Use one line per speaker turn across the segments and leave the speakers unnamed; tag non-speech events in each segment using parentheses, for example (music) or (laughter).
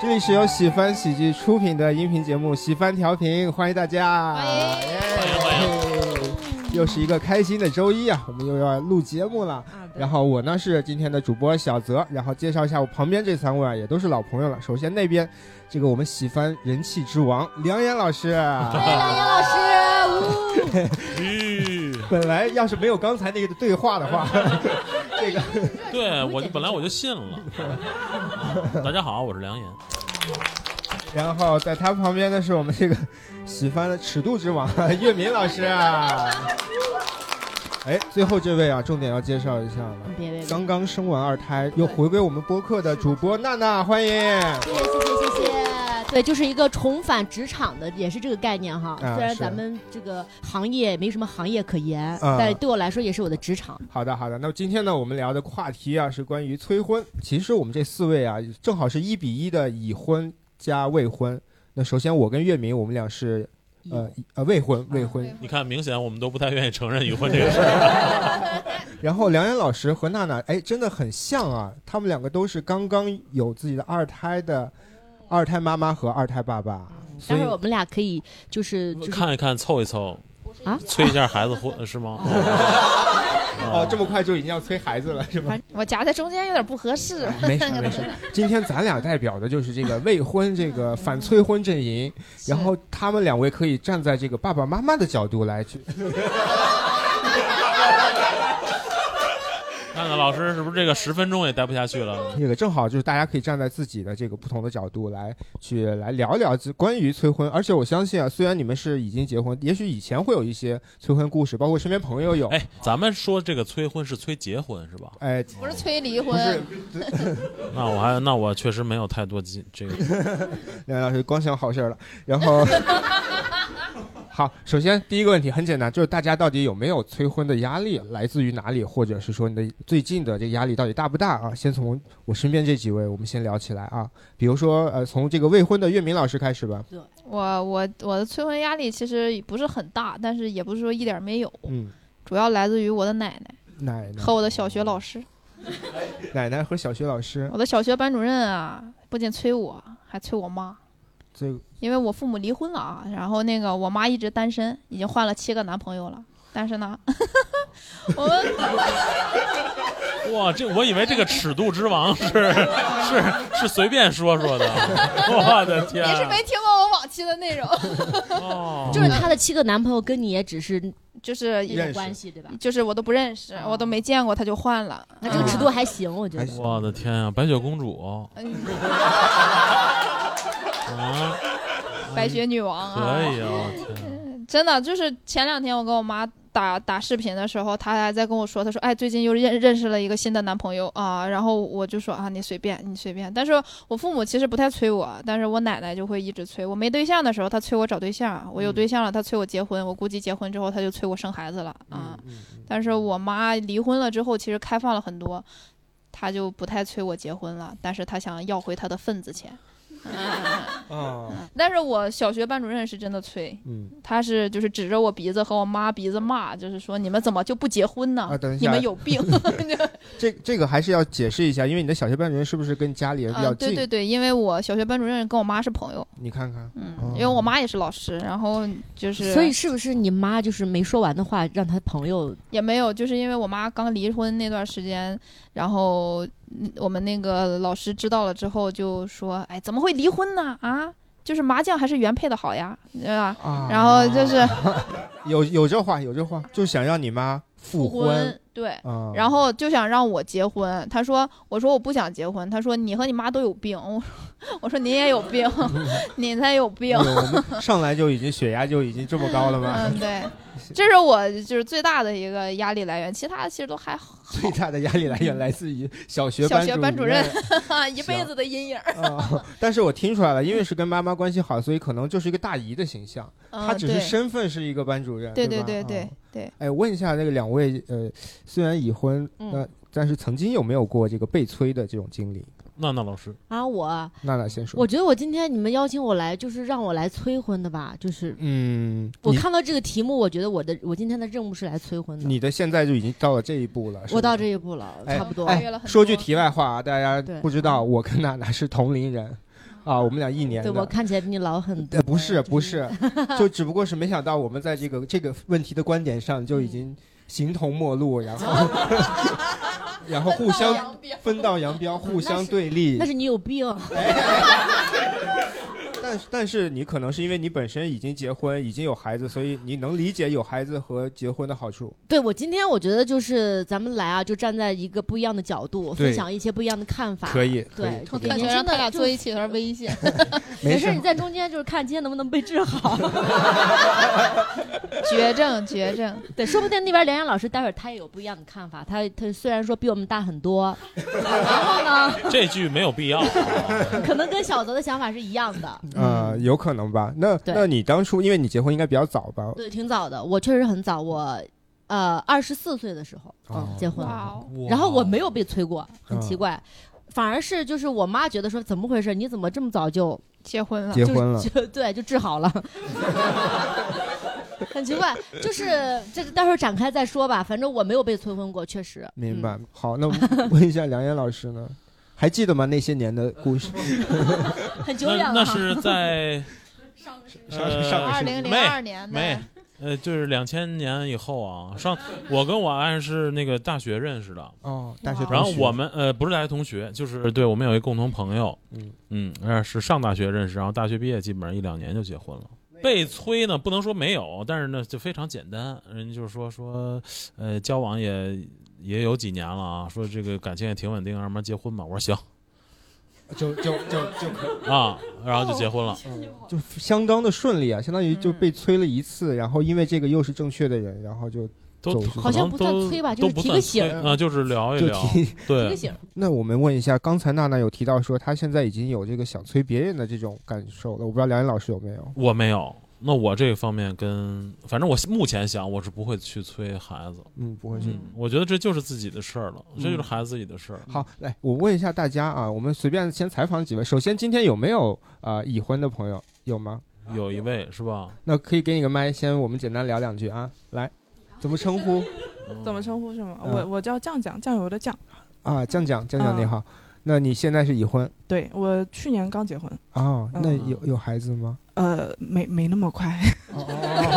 这里是由喜翻喜剧出品的音频节目《喜翻调频》，欢迎大家！
欢迎
耶
欢迎欢
又是一个开心的周一啊，我们又要录节目了。
啊，对
然后我呢是今天的主播小泽，然后介绍一下我旁边这三位啊，也都是老朋友了。首先那边这个我们喜翻人气之王梁岩老师，
欢迎哎梁岩老师，呜
吁，
(laughs) 本来要是没有刚才那个对话的话，这个
对我就本来我就信了。大家好，我是梁岩。
然后在他旁边的是我们这个喜欢的尺度之王 (laughs) 岳敏老师啊。哎，最后这位啊，重点要介绍一下了，
别别别，
刚刚生完二胎又回归我们播客的主播娜娜，欢迎。
谢谢谢谢谢谢。对，就是一个重返职场的，也是这个概念哈。
啊
虽然
是
咱们这个行业没什么行业可言，
啊
但对我来说也是我的职场。
好的，好的。那么今天呢，我们聊的话题啊是关于催婚。其实我们这四位啊，正好是一比一的已婚加未婚。那首先我跟岳明，我们俩是呃一呃未婚
啊
未婚，
你看，明显我们都不太愿意承认已婚这个事儿。
然后梁岩老师和娜娜，哎，真的很像啊！他们两个都是刚刚有自己的二胎的二胎妈妈和二胎爸爸，所
待
以
会儿我们俩可以就是就是
看一看，凑一凑，
啊，
(laughs) 催一下孩子婚是吗？
哦，这么快就已经要催孩子了，是吧？
反正我夹在中间有点不合适。
哎
(laughs)
没事没事，今天咱俩代表的就是这个未婚这个反催婚阵营，然后他们两位可以站在这个爸爸妈妈的角度来去，
(laughs) 看看老师是不是这个十分钟也待不下去了？
这个正好就是大家可以站在自己的这个不同的角度来去来聊一聊这关于催婚，而且我相信啊，虽然你们是已经结婚，也许以前会有一些催婚故事，包括身边朋友有，
哎，咱们说这个催婚是催结婚是吧？
哎，
不是催离
不是
婚，
(laughs) 那我还那我确实没有太多这这个
(laughs) 梁老师光想好事儿了。然后， (laughs) 好，首先第一个问题很简单，就是大家到底有没有催婚的压力，来自于哪里，或者是说你的最近的这个压力到底大不大啊？先从我身边这几位，我们先聊起来啊。比如说，呃，从这个未婚的岳明老师开始吧。
我我我的催婚压力其实不是很大，但是也不是说一点儿没有，
嗯，
主要来自于我的奶奶
奶奶
和我的小学老师，
奶奶和小学老师，
我的小学班主任啊，不仅催我，还催我妈，
这个
因为我父母离婚了啊，然后那个我妈一直单身，已经换了七个男朋友了。但是呢，我们
哇，这我以为这个尺度之王是是是随便说说的，
(laughs)
我的天！啊
也是没听过我往期的内容，
哦
就是她的七个男朋友跟你也只是
就是
那
认
种
识
关系，对吧？啊
就是我都不认识，我都没见过，他就换了。
那这个尺度还行，我觉
还
得。
行
我的天啊，白雪公主
嗯，
啊，
白雪女王啊，
可以啊！我天
真的就是前两天我跟我妈打打视频的时候，她还在跟我说，她说哎，最近又认认识了一个新的男朋友啊，然后我就说啊，你随便，你随便。但是我父母其实不太催我，但是我奶奶就会一直催我。没对象的时候，她催我找对象；我有对象了，她催我结婚。我估计结婚之后，她就催我生孩子了啊。但是我妈离婚了之后，其实开放了很多，她就不太催我结婚了，但是她想要回她的份子钱。
啊，
但是我小学班主任是真的催，
嗯
他是就是指着我鼻子和我妈鼻子骂，就是说你们怎么就不结婚呢？
啊，等一
你
下
们，有病！
这这个还是要解释一下，因为你的小学班主任是不是跟家里人比
啊，
较
对对
近？
对，因为我小学班主任跟我妈是朋友，
你看看，
嗯，
哦
因为我妈也是老师，然后就是
所以是不是你妈就是没说完的话，让她朋友
也没有，就是因为我妈刚离婚那段时间，然后嗯我们那个老师知道了之后就说，哎，怎么会离婚呢？啊，就是麻将还是原配的好呀，对吧？
啊，
然后就是
有有这话有这话，就想让你妈复婚
婚，对，
啊，
然后就想让我结婚，他说，我说我不想结婚，他说你和你妈都有病， (laughs) 我说我说你也有病， (laughs) 你才有病
哎，呦我们上来就已经血压就已经这么高了吗？
嗯，对，这是我就是最大的一个压力来源，其他的其实都还好，
(laughs) 最大的压力来源来自于小学
小学班
主
主
任
任 (laughs) 一辈子的阴影。
啊，但是我听出来了，因为是跟妈妈关系好，所以可能就是一个大姨的形象，
嗯，
她只是
对
身份是一个班主任，
(laughs) 对
对吧
对对
啊
对，
哎，问一下那个两位，呃，虽然已婚，
嗯
那但是曾经有没有过这个被催的这种经历？
娜娜老师，
啊我？
娜娜先说，
我觉得我今天你们邀请我来，就是让我来催婚的吧，就是。
嗯，
我
你
看到这个题目，我觉得我的我今天的任务是来催婚的。
你的现在就已经到了这一步了，是
我
吧
到这一步了，
哎
差不多。
哎跨越了很多
说句题外话啊，大家
对嗯
不知道，我跟娜娜是同龄人，啊，我们俩一年
对
的。
我看起来比你老很多。
呃，不是不是， (laughs) 就只不过是没想到我们在这个这个问题的观点上
嗯
就已经形同陌路，然后
(laughs)
然后互相分道扬镳，互相对立
那。是你有
(laughs)
病。
但是但是你可能是因为你本身已经结婚，已经有孩子，所以你能理解有孩子和结婚的好处。
对我今天我觉得就是咱们来啊，就站在一个不一样的角度，
对
分享一些不一样的看法。
可以可以
对，
可以
给
感
年
觉
轻
让他
的
俩
就
坐一起有点危险。
(laughs) 没
没
事
事，你在中间就是看今天能不能被治
(laughs)
好。
绝症，绝症。
对，说不定那边梁岩老师待会儿他也有不一样的看法。他他虽然说比我们大很
(laughs)
多，然后呢，
(laughs) 这句没有必要。
可能跟小泽的想法是一样的。
呃，有可能吧？那
嗯对
那你当初因为你结婚应该比较早吧？
对，挺早的，我确实很早，我呃二十四岁的时候、
哦
嗯结婚，
哇哦，
然后我没有被催过，很
嗯
奇怪。反而是就是我妈觉得说怎么回事？你怎么这么早就
结婚了，
结
就
婚了，
就对就治好了， (laughs) 很奇怪。就是这个待会儿展开再说吧，反正我没有被催婚过，确实。嗯
明白。好，那我们问一下梁岩老师呢？还记得吗？那些年的故事，
(laughs) 很久
那
远
那
了。
是在
(laughs) 上
呃
上
二
个世
零
纪
零二年
没
的，
呃，就是两千年以后啊。上我跟我爱人是那个大学认识的，
哦，大学
哇
同学。
然后我们呃不是大学同学，就是对我们有一个共同朋友，
嗯
嗯，呃是上大学认识，然后大学毕业基本上一两年就结婚了。被催呢，不能说没有，但是呢就非常简单，人家就是说说，呃，交往也也有几年了啊，说这个感情也挺稳定，要不然结婚吧。我说行
就就就就可
啊，然后就结婚了。
(laughs) 就相当的顺利啊，相当于就
嗯
被催了一次，然后因为这个又是正确的人，然后就
都
走出去
哦好像不
可能
算
都
催吧就是
都不
提
算
个醒
催
儿
啊，就是聊一
就
聊，
提。
一个
对，
醒儿。
那我们问一下，刚才娜娜有提到说她现在已经有这个想催别人的这种感受了，我不知道梁岩老师有没有？
我没有。那我这方面跟，反正我目前想，我是不会去催孩子。
嗯，不会是。嗯
嗯，我觉得这就是自己的事儿了，这就是孩子自己的事儿。
好，来，我问一下大家啊，我们随便先采访几位。首先，今天有没有呃已婚的朋友？有吗？
有一位是吧？
那可以给你个麦，先我们简单聊两句啊。来，怎么称呼
嗯
怎么？称呼是吗？
嗯
我我叫酱酱，酱油的酱。
啊？酱酱，酱酱
啊
你好。那你现在是已婚
对我去年刚结婚，
哦？那
嗯
有有孩子吗？
呃，没没那么快。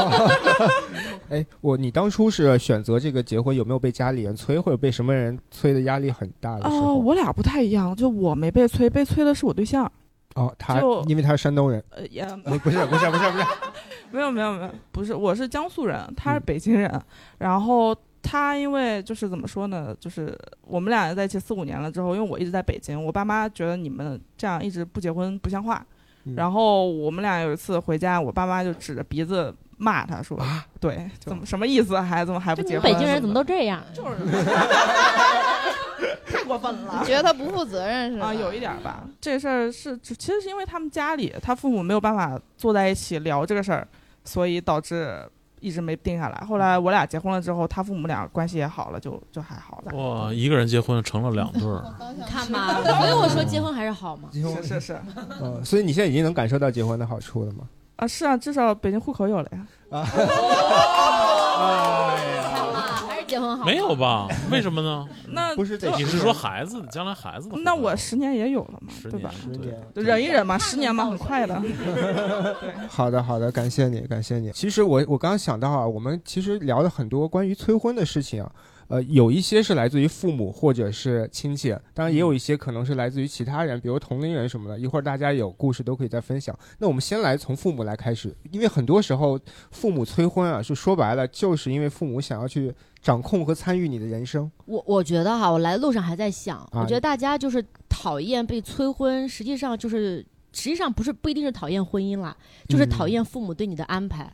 (laughs)
哎，我你当初是选择这个结婚，有没有被家里人催，或者被什么人催的压力很大的时
哦，
候？
我俩不太一样，就我没被催，被催的是我对象。
哦，他
就
因为他是山东人，
呃，也
呃不是不是不是不
(laughs)
是，
没有没有没有，不是，我是江苏人，他是北京人，然后。他因为就是怎么说呢，就是我们俩在一起四五年了之后，因为我一直在北京，我爸妈觉得你们这样一直不结婚不像话。
嗯
然后我们俩有一次回家，我爸妈就指着鼻子骂他说：“对，怎么什么意思啊？还怎么还不
就你
结
们
婚？”
北京人怎么都这样？啊
就是太过分了
觉得他不负责任是吧？
啊，有一点儿吧。这事儿是只其实是因为他们家里他父母没有办法坐在一起聊这个事儿，所以导致一直没定下来。后来我俩结婚了之后，他父母俩关系也好了，就就还好了。
哇，呃一个人结婚成了两对儿，
你看
(laughs)
吧，所以我说结婚还是好嘛。
是是是
呃，所以你现在已经能感受到结婚的好处了吗？
啊，是啊，至少北京户口有了呀。
啊
看吧，哎还是结婚好。
没有？吧？为什么呢？
(laughs) 那
不是得
你是说孩子将来孩子的？
那我十年也有了嘛，
十
对
年
吧？
十年？
就忍一忍嘛，十年嘛，很快的。
好的，好的，感谢你，感谢你。其实我我刚刚想到啊，我们其实聊了很多关于催婚的事情啊，呃，有一些是来自于父母或者是亲戚，当然也有一些可能是来自于其他人，比如同龄人什么的。一会儿大家有故事都可以再分享。那我们先来从父母来开始，因为很多时候父母催婚啊，是说白了就是因为父母想要去掌控和参与你的人生。
我我觉得哈，我来路上还在想，
啊
我觉得大家就是讨厌被催婚，实际上就是实际上不是不一定是讨厌婚姻啦，就是
嗯
讨厌父母对你的安排，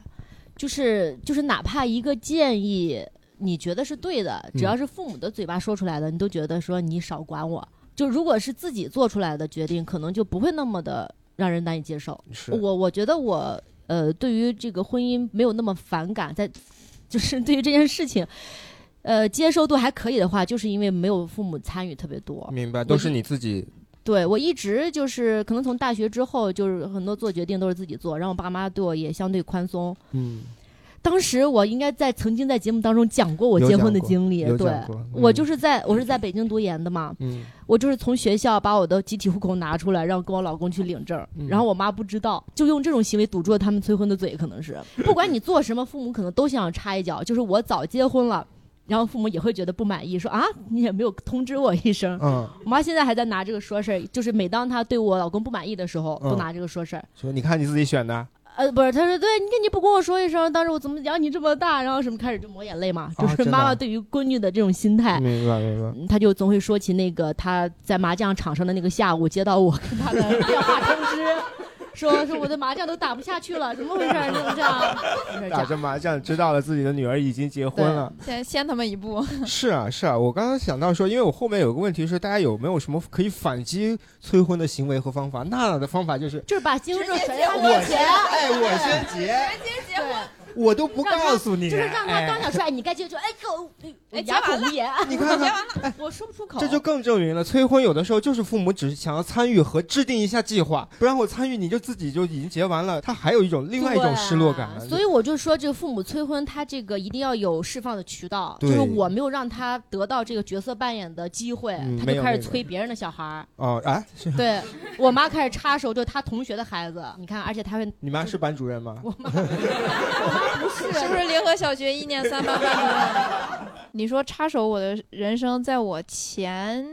就是就是哪怕一个建议你觉得是对的，
嗯
只要是父母的嘴巴说出来的，你都觉得说你少管我。就如果是自己做出来的决定，可能就不会那么的让人难以接受。
是
我我觉得我呃，对于这个婚姻没有那么反感，在就是对于这件事情，呃，接受度还可以的话，就是因为没有父母参与特别多。
明白，
都是
你自己
对我一直就是可能从大学之后，就是很多做决定都是自己做，然后我爸妈对我也相对宽松。
嗯
当时我应该在曾经在节目当中讲过我
有
结
讲
婚的
过
经历
有，
对
讲过
我
嗯
就是在我是在北京读研的嘛，
嗯，
我就是从学校把我的集体户口拿出来，让跟我老公去领证儿，
嗯
然后我妈不知道，就用这种行为堵住了他们催婚的嘴，可能是不管你做什么，父母可能都想插一脚，就是我早结婚了。然后父母也会觉得不满意，说啊，你也没有通知我一声。
嗯，
我妈现在还在拿这个说事儿，就是每当她对我老公不满意的时候，都
嗯
拿这个说事儿。
说你看你自己选的，
呃，不是，她说对，你你不跟我说一声，当时我怎么养你这么大，然后什么开始就抹眼泪嘛，就
啊
是
真的
妈
啊
妈对于闺女的这种心态。
明白明白。
嗯他就总会说起那个他在麻将场上的那个下午，接到我跟他的电话通知，说说我的麻将都打不下去了，怎么回事儿？怎么这
(laughs)
样？就是这
打
样
着麻将知道了自己的女儿已经结婚了，
先先他们一步，
嗯
是啊是啊。我刚刚想到说，因为我后面有个问题是，大家有没有什么可以反击催婚的行为和方法？娜娜的方法就是，
就是把结婚证甩在他
我
面
先，
前，
哎，我先结，
对，
我都不告诉你，
就是让他刚
哎
想说，哎，你该结就哎，给我我
哎
哑
结完
口无言，
你看看，
我说不出口。
这就更证明了，催婚有的时候就是父母只是想要参与和制定一下计划，不然我参与你就自己就已经结完了，他还有一种另外一种失落感
对
啊。
啊所以我就说，这个父母催婚，他这个一定要有释放的渠道，
对
就是我没有让他得到这个角色扮演的机会，
嗯
他
没
就
有
开
那
始
个
催别人的小孩儿。
哦，
(laughs)
哎，是
对我妈开始插手，就是她同学的孩子，你看，而且她会，
你妈是班主任吗？
(laughs) 是不是联合小学一年三班班主任？ (laughs) 你说插手我的人生，在我前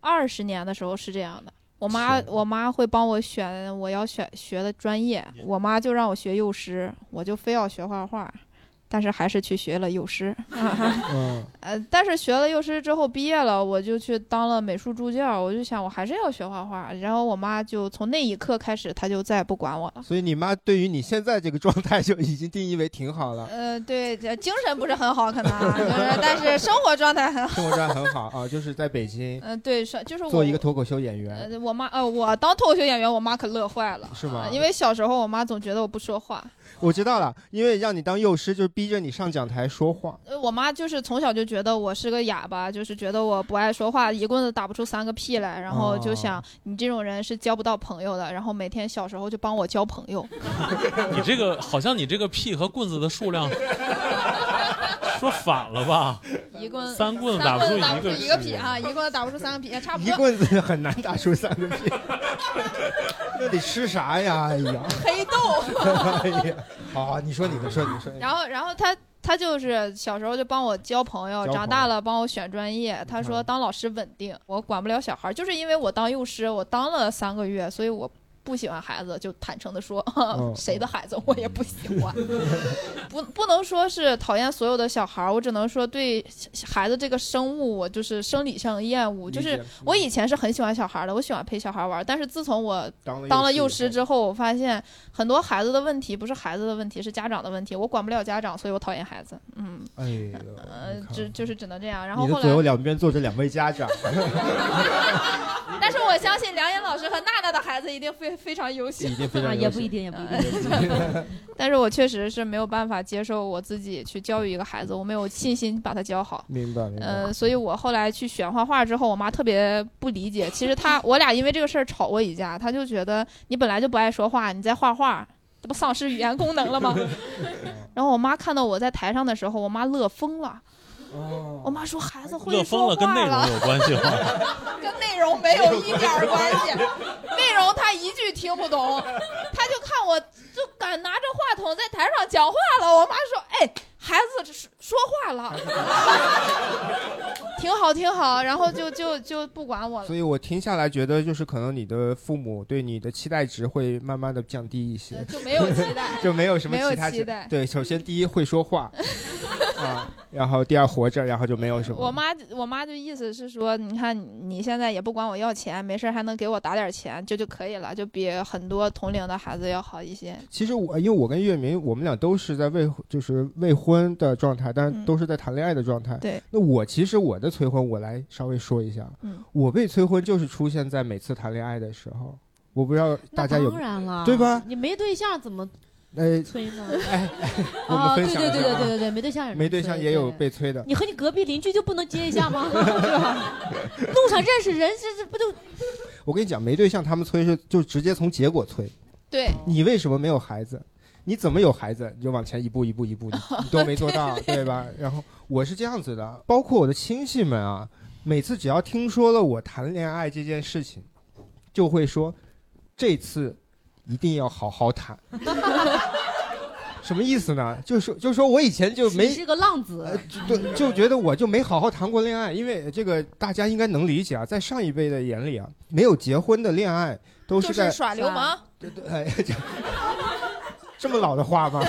二十年的时候是这样的。我妈
是，
我妈会帮我选我要选学的专业。我妈就让我学幼师，我就非要学画画，但是还是去学了
(laughs)
幼师。
嗯，
呃，但是学了幼师之后毕业了，我就去当了美术助教。我就想，我还是要学画画。然后我妈就从那一刻开始，她就再也不管我了。
所以你妈对于你现在这个状态就已经定义为挺好了，
呃，对，这精神不是很好，可能 (laughs) 啊，就是但是生活状态很好。
生活状态很好啊，就是在北京
呃
嗯、对，是就是我
做一个脱口秀演员，
呃，我妈呃，我当脱口秀演员，我妈可乐坏了，
是吗
啊？因为小时候我妈总觉得我不说话，
我知道了，因为让你当幼师就是逼着你上讲台说话，
呃，我妈就是从小就觉得我是个哑巴，就是觉得我不爱说话，一棍子打不出三个屁来，然后就
哦
想、你这种人是交不到朋友的，然后每天小时候就帮我交朋友，
你这个好像你这个屁和棍子的数
(laughs)
量说反了吧？
(laughs) 一棍
(laughs) 三棍子
三
打不
棍
出
子
一
打不
个
出一个屁啊，一棍子打不出三个屁，差不
一
多。
棍
(laughs)
子很难打出三个屁， (laughs) 那得吃啥呀？哎呀，
黑豆。
哎呀，好好，你说你的，说你说你的，
然后，然后他他就是小时候就帮我交朋友，
交朋友嗯
长大了帮我选专业。他说
看
当老师稳定，我管不了小孩儿，就是因为我当幼师，我当了三个月，所以我。不喜欢孩子，就坦诚的说，
嗯
(laughs) 谁的孩子我也不喜欢， (laughs) 不不能说是讨厌所有的小孩儿，我只能说对孩子这个生物，我就是生理上厌恶。就
理
是
解嗯
我以前是很喜欢小孩儿的，我喜欢陪小孩儿玩儿，但是自从我
当了
当了幼师
后
之后，我发现很多孩子的问题不是孩子的问题，是家长的问题。我管不了家长，所以我讨厌孩子。嗯，
哎呦，
呃
你，看啊
只就是只能这样。然后
你的
后
左右
来，
两边坐着两位家
(laughs)
长，
但是我相信梁岩老师和娜娜的孩子一定非非常优秀
一。定非
啊，
常
也不一定，也不
(laughs)
一定。
(laughs)
但是我确实是没有办法接受我自己去教育一个孩子，我没有信心把他教好。
明白明
嗯
白。
呃，所以我后来去选画画之后，我妈特别不理解。其实她我俩因为这个事儿吵过一架，她就觉得你本来就不爱说话，你在画画，这不丧失语言功能
(laughs)
了吗？然后我妈看到我在台上的时候，我妈乐疯了。我
哦，
妈说孩子会
乐疯
说
了跟
话
内容有关系吗？
(laughs)
跟内容没有一点儿关系。内容她一句听不懂，她就看我就敢拿着话筒在台上讲话了。我妈说：“哎，孩子说说话了， (laughs) 挺好挺好。”然后就就就不管我了。
所以我听下来觉得，就是可能你的父母对你的期待值会慢慢的降低一
呃
些，，
就没有期待
(laughs) 就没有什么
没有
其他
期
值
待
对，首先第一会说
(laughs)
话啊，然后第二活着，然后就没有什么。
我妈，我妈就意思是说，你看你现在也不管我要钱，没事儿还能给我打点钱，这就可以了，就比很多同龄的孩子要好一些。
其实我因为我跟月明，我们俩都是在未就是未婚的状态，但
嗯
是都是在谈恋爱的状态。
对，
那我其实我的催婚，我来稍微说一下。
嗯，
我被催婚就是出现在每次谈恋爱的时候，我不知道 (laughs) 大
那
家有
当然了，
对吧？
你没对象怎么
呃，
催
(laughs)
呢？
我们
啊，对
分享
对
一
对
下
对
啊
对对对，没对象也能
没对象
催
也有
对
被催的。
你和你隔壁邻居就不能接一下吗？ (laughs) 是吧？路上认识人，这这不就
我跟你讲，没对象他们催是就直接从结果催，
对，
你为什么没有孩子？你怎么有孩子，你就往前一步一步一步，
(laughs)
你你都没做到，对吧？然后我是这样子的，包括我的亲戚们啊，每次只要听说了我谈恋爱这件事情，就会说这次一定要好好
(laughs)
谈。什么意思呢？就是说就是说我以前就没
你是个浪
呃
子，，哎
就
(laughs)
就就觉得我就没好好谈过恋爱，因为这个大家应该能理解啊，在上一辈的眼里啊，没有结婚的恋爱都
就是
在
是耍流
啊
氓，
对对
(laughs)
哎这这么老的话吗？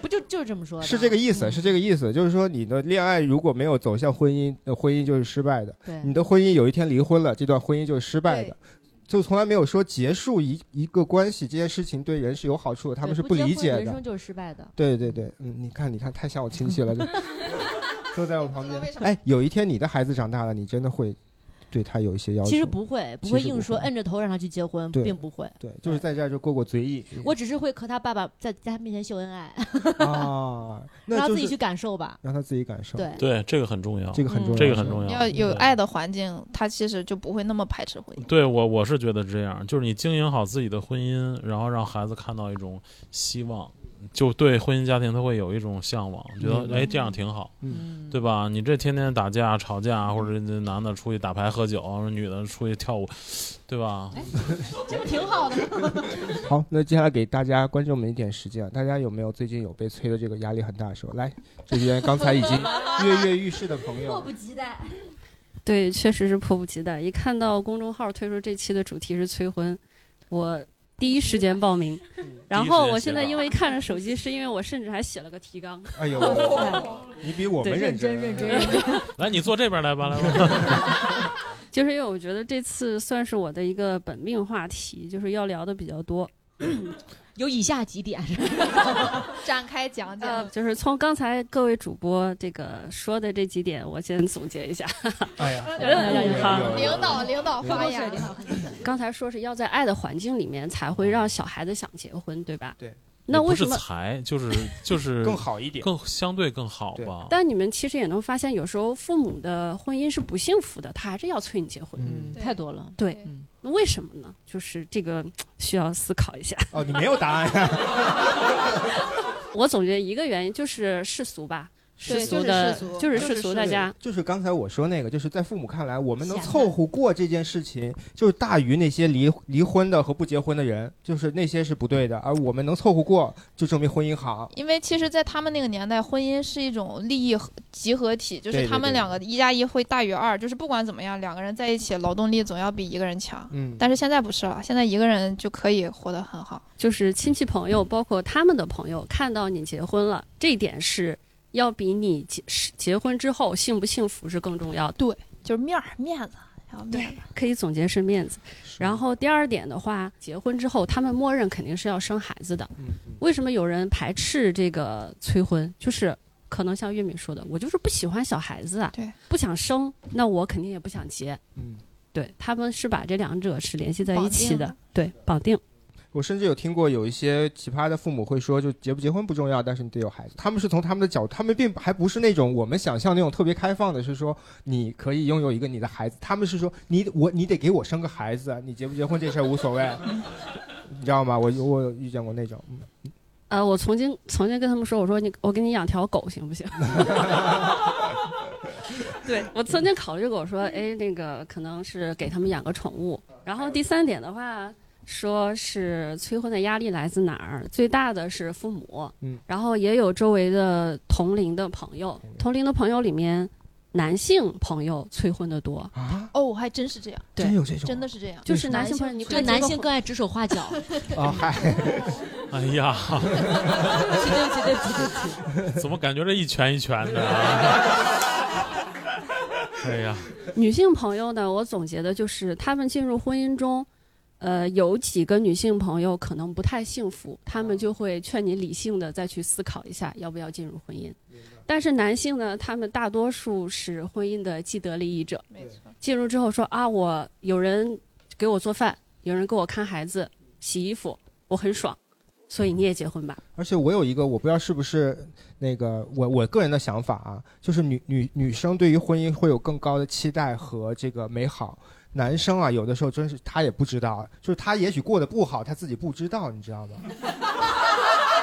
不就就是这么说的？
是这个意思，
嗯
是这个意思，就是说你的恋爱如果没有走向婚姻，呃婚姻就是失败的。
对
你的婚姻有一天离婚了，这段婚姻就是失败的
对。
就从来没有说结束一一个关系这件事情对人是有好处的，他们
对
是
不结
理
婚
解
人
的。
生就是失
(laughs)
败的。
对对对，嗯，你看，你看，太像我亲戚了，
(laughs)
就坐在我旁边
不知道为什。么
哎，有一天你的孩子长大了，你真的会对他有一些要求。
其实不会，不
其
会
实
硬
不
说
会
摁着头让他去结婚，
对
并不会。
对，就是在这儿就过过嘴瘾。
我只是会和他爸爸在在他面前秀恩爱， (laughs)
啊，
让
那
他
就
自己
是
去感受
(laughs)
吧。
让他自己感受。，
对，
对，这个很重要。
这个很重要，
这个很重要
要有
对
爱的环境，他其实就不会那么排斥婚姻。
对我，我是觉得这样，就是你经营好自己的婚姻，然后让孩子看到一种希望，就对婚姻家庭他会有一种向往，觉
明
得
白
哎这样挺好，
嗯，
对吧？你这天天打架吵架，或者这男的出去打牌喝酒，女的出去跳舞，对吧？
哎
这不挺好的吗？
好，那接下来给大家观众们一点时间啊，大家有没有最近有被催的这个压力很大的时候？来，这边刚才已经跃跃欲试的朋
迫
友，
不及待。
对，确实是迫不及待。一看到公众号推出这期的主题是催婚，我第一时间报名。
嗯
(laughs) 然后我现在因为看着手机，是因为我甚至还写了个提纲。(laughs)
哎呦，哎你比我们
对
认真，啊
认真认真。
(laughs) 来，你坐这边来吧，来吧。
(laughs) 就是因为我觉得这次算是我的一个本命话题，就是要聊的比较多。
(clears throat) 有以下几点，
(laughs)
(laughs)
展开讲
嗯
呃，
讲，
就是从刚才各位主播这个说的这几点，我先总结一下。
(laughs)
(laughs)
哎呀，
嗯
好
领导领导发言了，
刚才说是要在爱的环境里面才会让小孩子想结婚，对吧？
对。
那
也不
为什
是
么？
才，就是就是
更好一点。
更相对更好吧？
但你们其实也能发现，有时候父母的婚姻是不幸福的，他还是要催你结婚。
嗯，
太多了。
对
对，
那为什么呢？就是这个需要思考一下。
(laughs) 哦，你没有答案呀？
我总觉得一个原因就是世俗吧，
对
俗的，
就是世
就是
就是
俗
世俗，大家
就是刚才我说那个，就是在父母看来，我们能
显得
凑合过这件事情，就是大于那些离离婚的和不结婚的人，就是那些是不对的，而我们能凑合过，就证明婚姻好。
因为其实，在他们那个年代，婚姻是一种利益合集合体，就
对
是
对
他们
对
两个一加一会大于二，就是不管怎么样，两个人在一起，劳动力总要比一个人强。
嗯，
但是现在不是了，现在一个人就可以活得很好。
就是亲戚朋
嗯
友，包括他们的朋友，看到你结婚了，这一点是要比你结是结婚之后幸不幸福是更重要的。
就是面儿面子，还有面子。
可以总结是面子。然后第二点的话，结婚之后，他们默认肯定是要生孩子的。
嗯，嗯
为什么有人排斥这个催婚？就是可能像月敏说的，我就是不喜欢小孩子啊，
对，
不想生，那我肯定也不想结。
嗯。
对，他们是把这两者是联系在一起
绑定
的，对，绑定。
我甚至有听过有一些奇葩的父母会说，就结不结婚不重要，但是你得有孩子。他们是从他们的角度，他们并还不是那种我们想象那种特别开放的，是说你可以拥有一个你的孩子。他们是说你我你得给我生个孩子，啊你结不结婚这事儿无所谓， (laughs) 你知道吗？我我有遇见过那种，嗯
呃，我曾经曾经跟他们说，我说你，我给你养条狗行不行？ (laughs) 对我曾经考虑过，我说，哎，那个可能是给他们养个宠物。然后第三点的话，说是催婚的压力来自哪儿？最大的是父母，
嗯，
然后也有周围的同龄的朋友，同龄的朋友里面，男性朋友催婚的多，
啊，
哦，还真是这样，
对
真有这种，
真的是这样。
就是男
男
性
性
朋友，你
对
快
男
结个
性
婚
更爱指手画脚。
(laughs) 啊，嗨，
(laughs) 哎
(laughs)
呀，
对对对对对对。
怎么感觉这一拳一拳的啊？
(laughs)
哎呀，
女性朋友呢，我总结的就是，她们进入婚姻中，呃，有几个女性朋友可能不太幸福，她们就会劝你理性的再去思考一下，要不要进入婚姻。但是男性呢，他们大多数是婚姻的既得利益者，
没错，
进入之后说啊，我有人给我做饭，有人给我看孩子、洗衣服，我很爽，所以你也结婚吧。
而且我有一个，我不知道是不是那个我我个人的想法啊，就是女女女生对于婚姻会有更高的期待和这个美好。男生啊，有的时候真是他也不知道，就是他也许过得不好，他自己不知道，你知道吗？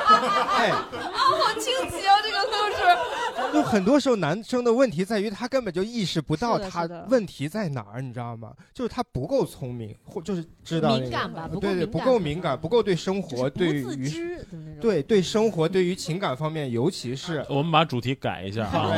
哎，
啊好清奇啊，这个素质。
就很多时候男生的问题在于他根本就意识不到
是的
他
是的
问题在哪儿，你知道吗？就是他不够聪明，或就是知道那个
敏感吧不够
对对，
敏
不
感
够敏感，不够对生
就是
活，
不
对
自
于
知的那种。
对对生活，对于情感方面，尤其是
(laughs) 我们把主题改一下啊，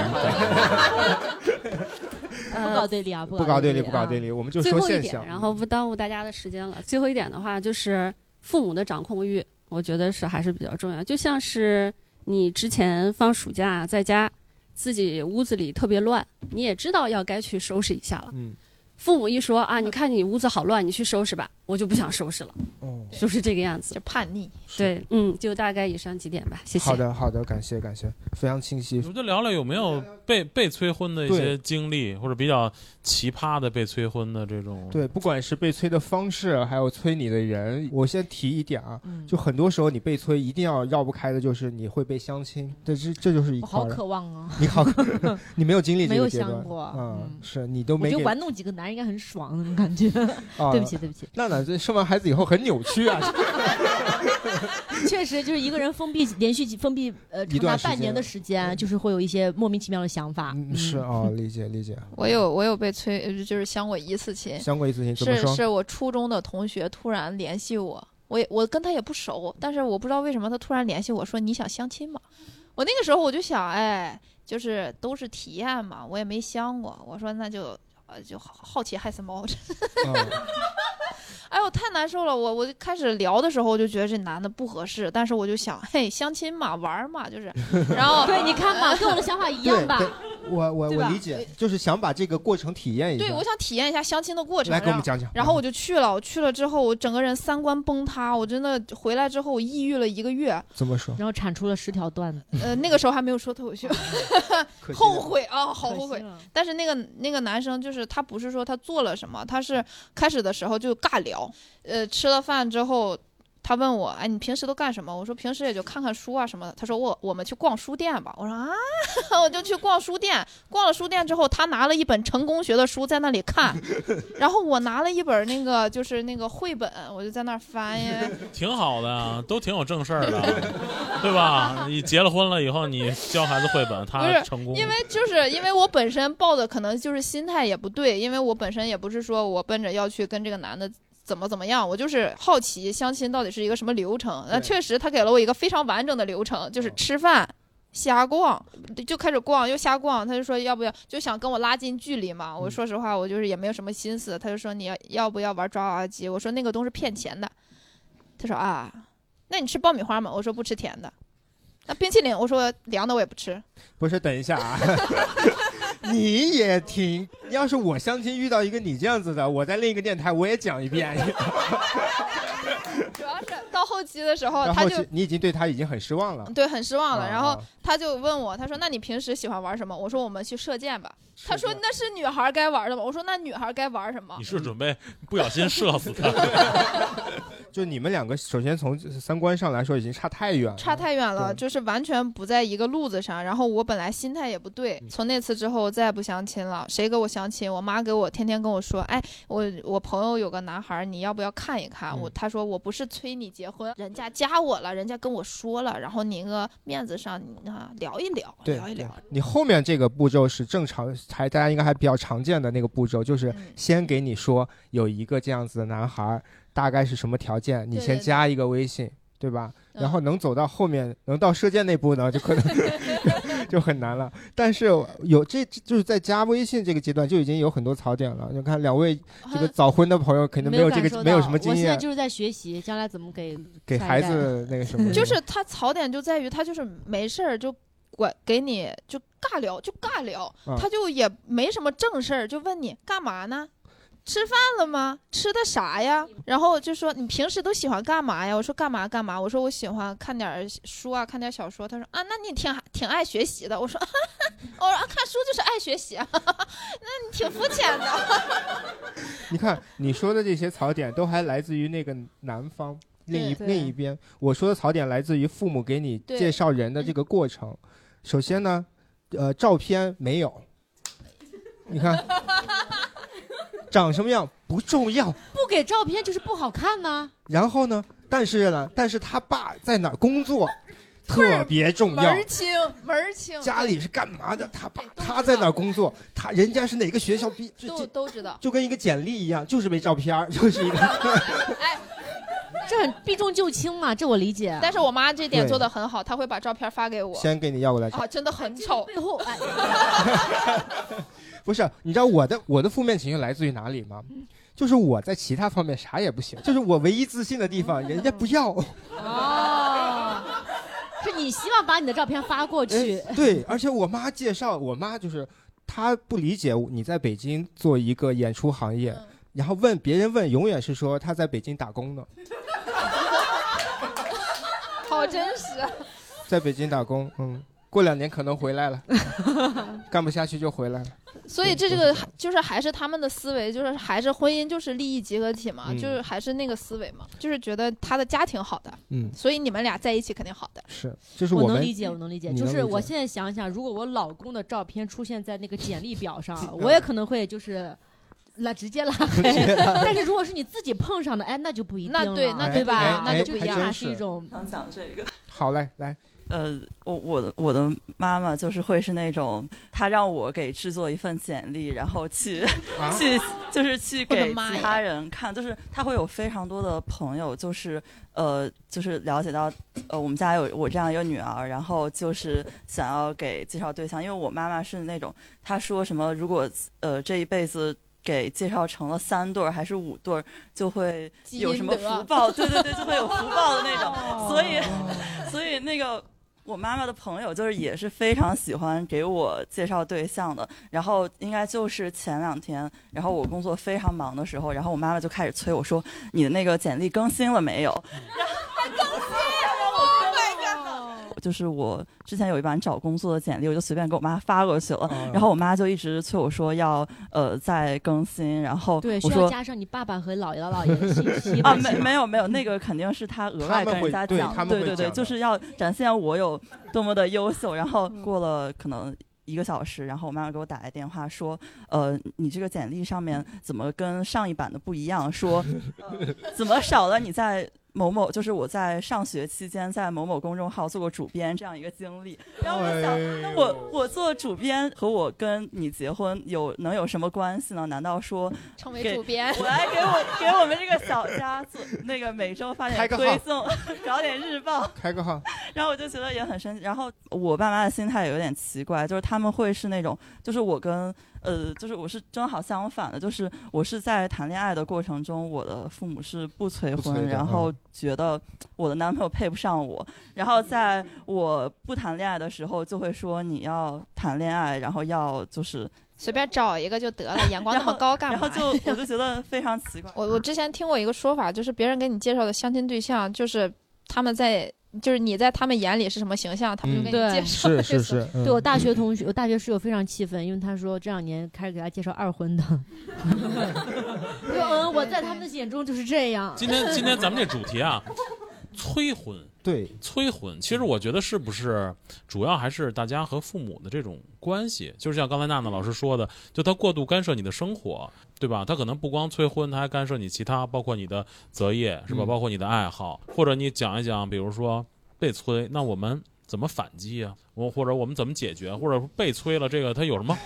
不搞对立啊，不
呃不搞对立，
立，
不搞对。立，我们就
最
说
后一
现
点
象，。
然后不耽误大家的时间了。最后一点的话，就是父母的掌控欲，我觉得是还是比较重要。就像是你之前放暑假在家，自己屋子里特别乱，你也知道要该去收拾一下了。
嗯，
父母一说啊，你看你屋子好乱，你去收拾吧，我就不想收拾了，
嗯
哦，
就是这个样子
就。叛逆，
对，嗯，就大概以上几点吧，谢谢。
好的好的，感谢感谢，非常清晰
我。们就聊聊有没有被被催婚的一些经历，或者比较奇葩的被催婚的这种。
对，不管是被催的方式，还有催你的人，我先提一点啊，
嗯
就很多时候你被催，一定要绕不开的就是你会被相亲，这是这就是一
我
块
好
儿了。
渴望啊！(laughs)
你好，你没有经历
没
这
有
个阶段
想过
嗯
嗯，
是你都
我
没
觉
给
得玩弄几个男人应该很爽那种感
(laughs)
觉。
啊
对不起，，对不起，
娜娜这生完孩子以后很扭曲啊，
(laughs) 确实就是一个人封闭连续几封闭呃
一
长
段
达
时间
半年的时间，
嗯
就是会有一些莫名其妙的想法。
嗯是啊，理解理解。
我有我有被催，呃就是相过一次亲，
相过一次性怎么
是
说？
是我初中的同学突然联系我，我也我跟他也不熟，但是我不知道为什么他突然联系我说你想相亲吗？我那个时候我就想，哎，就是都是体验嘛，我也没相过，我说那就。呃，就好好奇害死猫， (laughs)
啊
哎呦，太难受了！我我就开始聊的时候，我就觉得这男的不合适，但是我就想，嘿，相亲嘛，玩儿嘛，
(laughs)
就是，然后
对，你看吧，跟我的想法一
对
样吧。
对，我我
对
我
吧
理解，就是想把这个过程体验一下。
对，我想体验一下相亲的过程。
来给我
然
们
后
讲讲。嗯
然后我就去了，我去了之后，我整个人三观崩塌，我真的回来之后我抑郁了一个月。
怎么说？嗯
然后产出了十条段子，
呃，那个时候还没有说脱口秀，
可惜
后
了
悔啊，好
可惜
后悔。
了
但是那个那个男生就是他不是说他做了什么，他是开始的时候就尬聊，呃，吃了饭之后。他问我，哎，你平时都干什么？我说平时也就看看书啊什么的。他说我我们去逛书店吧。我说啊， (laughs) 我就去逛书店。逛了书店之后，他拿了一本成功学的书在那里看，然后我拿了一本那个就是那个绘本，我就在那儿翻呀。
挺好的啊，都挺有正事儿的，对吧？你结了婚了以后，你教孩子绘本，
不
他
是
成功。
因为就是因为我本身抱的可能就是心态也不对，因为我本身也不是说我奔着要去跟这个男的。怎么怎么样？我就是好奇相亲到底是一个什么流程。那
对
确实，他给了我一个非常完整的流程，就是
嗯
吃饭、瞎逛，就开始逛，又瞎逛。他就说要不要，就想跟我拉近距离嘛。我
嗯
说实话，我就是也没有什么心思。他就说你要要不要玩抓娃娃机？我说那个东西骗钱的。他说啊，那你吃爆米花吗？我说不吃甜的。那冰淇淋，我说凉的我也不吃。
不是，等一下啊， (laughs) 你也挺。要是我相亲遇到一个你这样子的，我在另一个电台我也讲一遍。
主要是 (laughs) 到后期的时
哦
候，
然
他
后
就
你已经对他已经很失望了。
对很失望了。
啊
然后他就问我，他说：“那你平时喜欢玩什么？”我说：“我们去射箭吧。”他说：“那是女孩该玩的吗？”我说：“那女孩该玩什么
你是准备不小心射死他？
就你们两个，首先从三观上来说已经差太远？”了，
差太远了，
对
就是完全不在一个路子上。然后我本来心态也不对
嗯，
从那次之后再不相亲了。谁给我相亲？我妈给我天天跟我说：“哎，我我朋友有个男孩，你要不要看一看？”我
嗯
他说：“我不是催你结婚，人家加我了，人家跟我说了，然后你个面子上你啊聊一聊，
对
聊一聊。”
你后面这个步骤是正常，还大家应该还比较常见的那个步骤，就是
嗯
先给你说有一个这样子的男孩儿，大概是什么条件，你
对
先
对对
加一个微信，对吧？
嗯
然后能走到后面，能到射箭那步呢，就可能 (laughs) 就很难了。但是有这这就是在加微信这个阶段就已经有很多槽点了。你看两位这
啊
个早婚的朋友肯定没有
呃有
这
感受到
个没有什么经
我现在
验，
就是在学习，将来怎么给
给
下一
孩
代
子那个什
(laughs)
么，
就是他槽点就在于他就是没事儿就管给你就尬聊就尬聊，
嗯
他就也没什么正事儿，就问你干嘛呢？吃饭了吗？吃的啥呀？然后就说你平时都喜欢干嘛呀？我说干嘛干嘛？我说我喜欢看点儿书啊，看点儿小说。他说啊，那你挺挺爱学习的。我说， (laughs) 我说、啊、看书就是爱学习啊， (laughs) 那你挺肤浅的。 (laughs)
你看 (laughs) 你说的这些槽点都还来自于那个男方。另一
对
另一边，我说的槽点来自于父母给你
对
介绍人的这个过程。首先呢，呃，照片没有，你看长什么样不重要，
不给照片就是不好看呢、
然后呢，但是呢，但是他爸在哪儿工作？特别重
门
要。
儿清，门儿清，
家里是干嘛的？他爸
对都知道
他在哪儿工作？他人家是哪个学校毕？这
都
这
都知道。
就跟一个简历一样，就是没照片儿，就是一个。
这很避重就轻嘛，这我理解。
但是我妈这点
对
做的很好，她会把照片发给我。
先给你要过来。
啊，真的很丑。
背后
(laughs)
哎，
不是，你知道我的我的负面情绪来自于哪里吗？就是我在其他方面啥也不 (laughs) 行，就是我唯一自信的地方，人 (laughs) 家不要。
哦，
(laughs) 是你希望把你的照片发过去，
哎对，而且我妈介绍，我妈就是她不理解你在北京做一个演出行业，
嗯
然后问别人问，永远是说她在北京打工呢，
好真
(laughs)
实。
在北京打工，嗯，过两年可能回来 (laughs) 了，干不下去就回来了。
所以这这个还就是还是他们的思维，就是还是婚姻就是利益结合体嘛，
嗯
就是还是那个思维嘛，就是觉得他的家庭好的，
嗯，
所以你们俩在一起肯定好的。
是，就是
我
我
能
们
理解，我能理解。
你
就
能
是
理解
我现在想想，如果我老公的照片出现在那个简历表上，我也可能会就是拉直接拉黑。但是如果是你自己碰上的，哎，那就不一定
那
了
对那
就
对
哎
吧
哎？
那就
哎
不一样，那
还真
是一
是
种
想讲这个。
好嘞，来，
呃，我我的我的妈妈就是会是那种，她让我给制作一份简历，然后去、
啊
(laughs) 去就是去
我的
给
妈
其
呀
他人看，就是她会有非常多的朋友，就是呃就是了解到呃我们家有我这样一个女儿，然后就是想要给介绍对象，因为我妈妈是那种她说什么如果呃这一辈子。给介绍成了三对儿还是五对儿，就会
基
有什
因
么
得哦
福
(laughs)
报？对对对，就会有福报的那种。所以，所以那个我妈妈的朋友就是也是非常喜欢给我介绍对象的，然后应该就是前两天，然后我工作非常忙的时候，然后我妈妈就开始催我说：“你的那个简历更新了没有？”就是我之前有一版找工作的简历，我就随便给我妈发过去了，
嗯
然后我妈就一直催我说要呃再更新，然后
对，需
哦我
要
说
加上你爸爸和姥姥姥爷的信息
啊
才
没
行
没有没有，那个肯定是他额
他
外
们
跟
会
人家
对
讲
他们
的，对
会
对对，
讲的
就是要展现我有多么的优秀。然后过了可能一个小时，然后我妈妈给我打来电话说，呃，你这个简历上面怎么跟上一版的不一样？说、呃 (laughs) 怎么少了你在。某某就是我在上学期间在某某公众号做过主编这样一个经历，然后我就想，那
哎
我我做主编和我跟你结婚有能有什么关系呢？难道说
成为
给
主编，
我来给我给我们这个小家做那个每周发
开
点
个号
推送， (laughs) 搞点日报，
开个号，
然后我就觉得也很生气。然后我爸妈的心态有点奇怪，就是他们会是那种，就是我跟呃，就是我是正好相反的，就是我是在谈恋爱的过程中，我的父母是不催
不催的嗯
婚，然后觉得我的男朋友配不上我，然后
嗯
在我不谈恋爱的时候就会说你要谈恋爱，然后要就是，
随便找一个就得了，
(laughs)
眼光那么高干
然后
嘛呀？
就我就觉得非常奇怪。
(laughs) 我我之前听过一个说法，就是别人给你介绍的相亲对象，就是他们在，就是你在他们眼里是什么形象，他们就给
嗯
你介绍。
是是是，
对我
嗯，
大学同学，我大学室友非常气愤，因为他说这两年开始给他介绍二婚的。 (laughs) 我说嗯，我在他们的眼中就是这样。
今
(laughs)
天今天咱们这主题啊，催婚，
对，
催婚。其实我觉得是不是主要还是大家和父母的这种关系，就是像刚才娜娜老师说的，就他过度干涉你的生活，对吧？他可能不光催婚，他还干涉你其他，包括你的择业，是吧？
嗯
包括你的爱好，或者你讲一讲，比如说被催，那我们。怎么反击啊？我或者我们怎么解决？或者被催了，这个他有什么？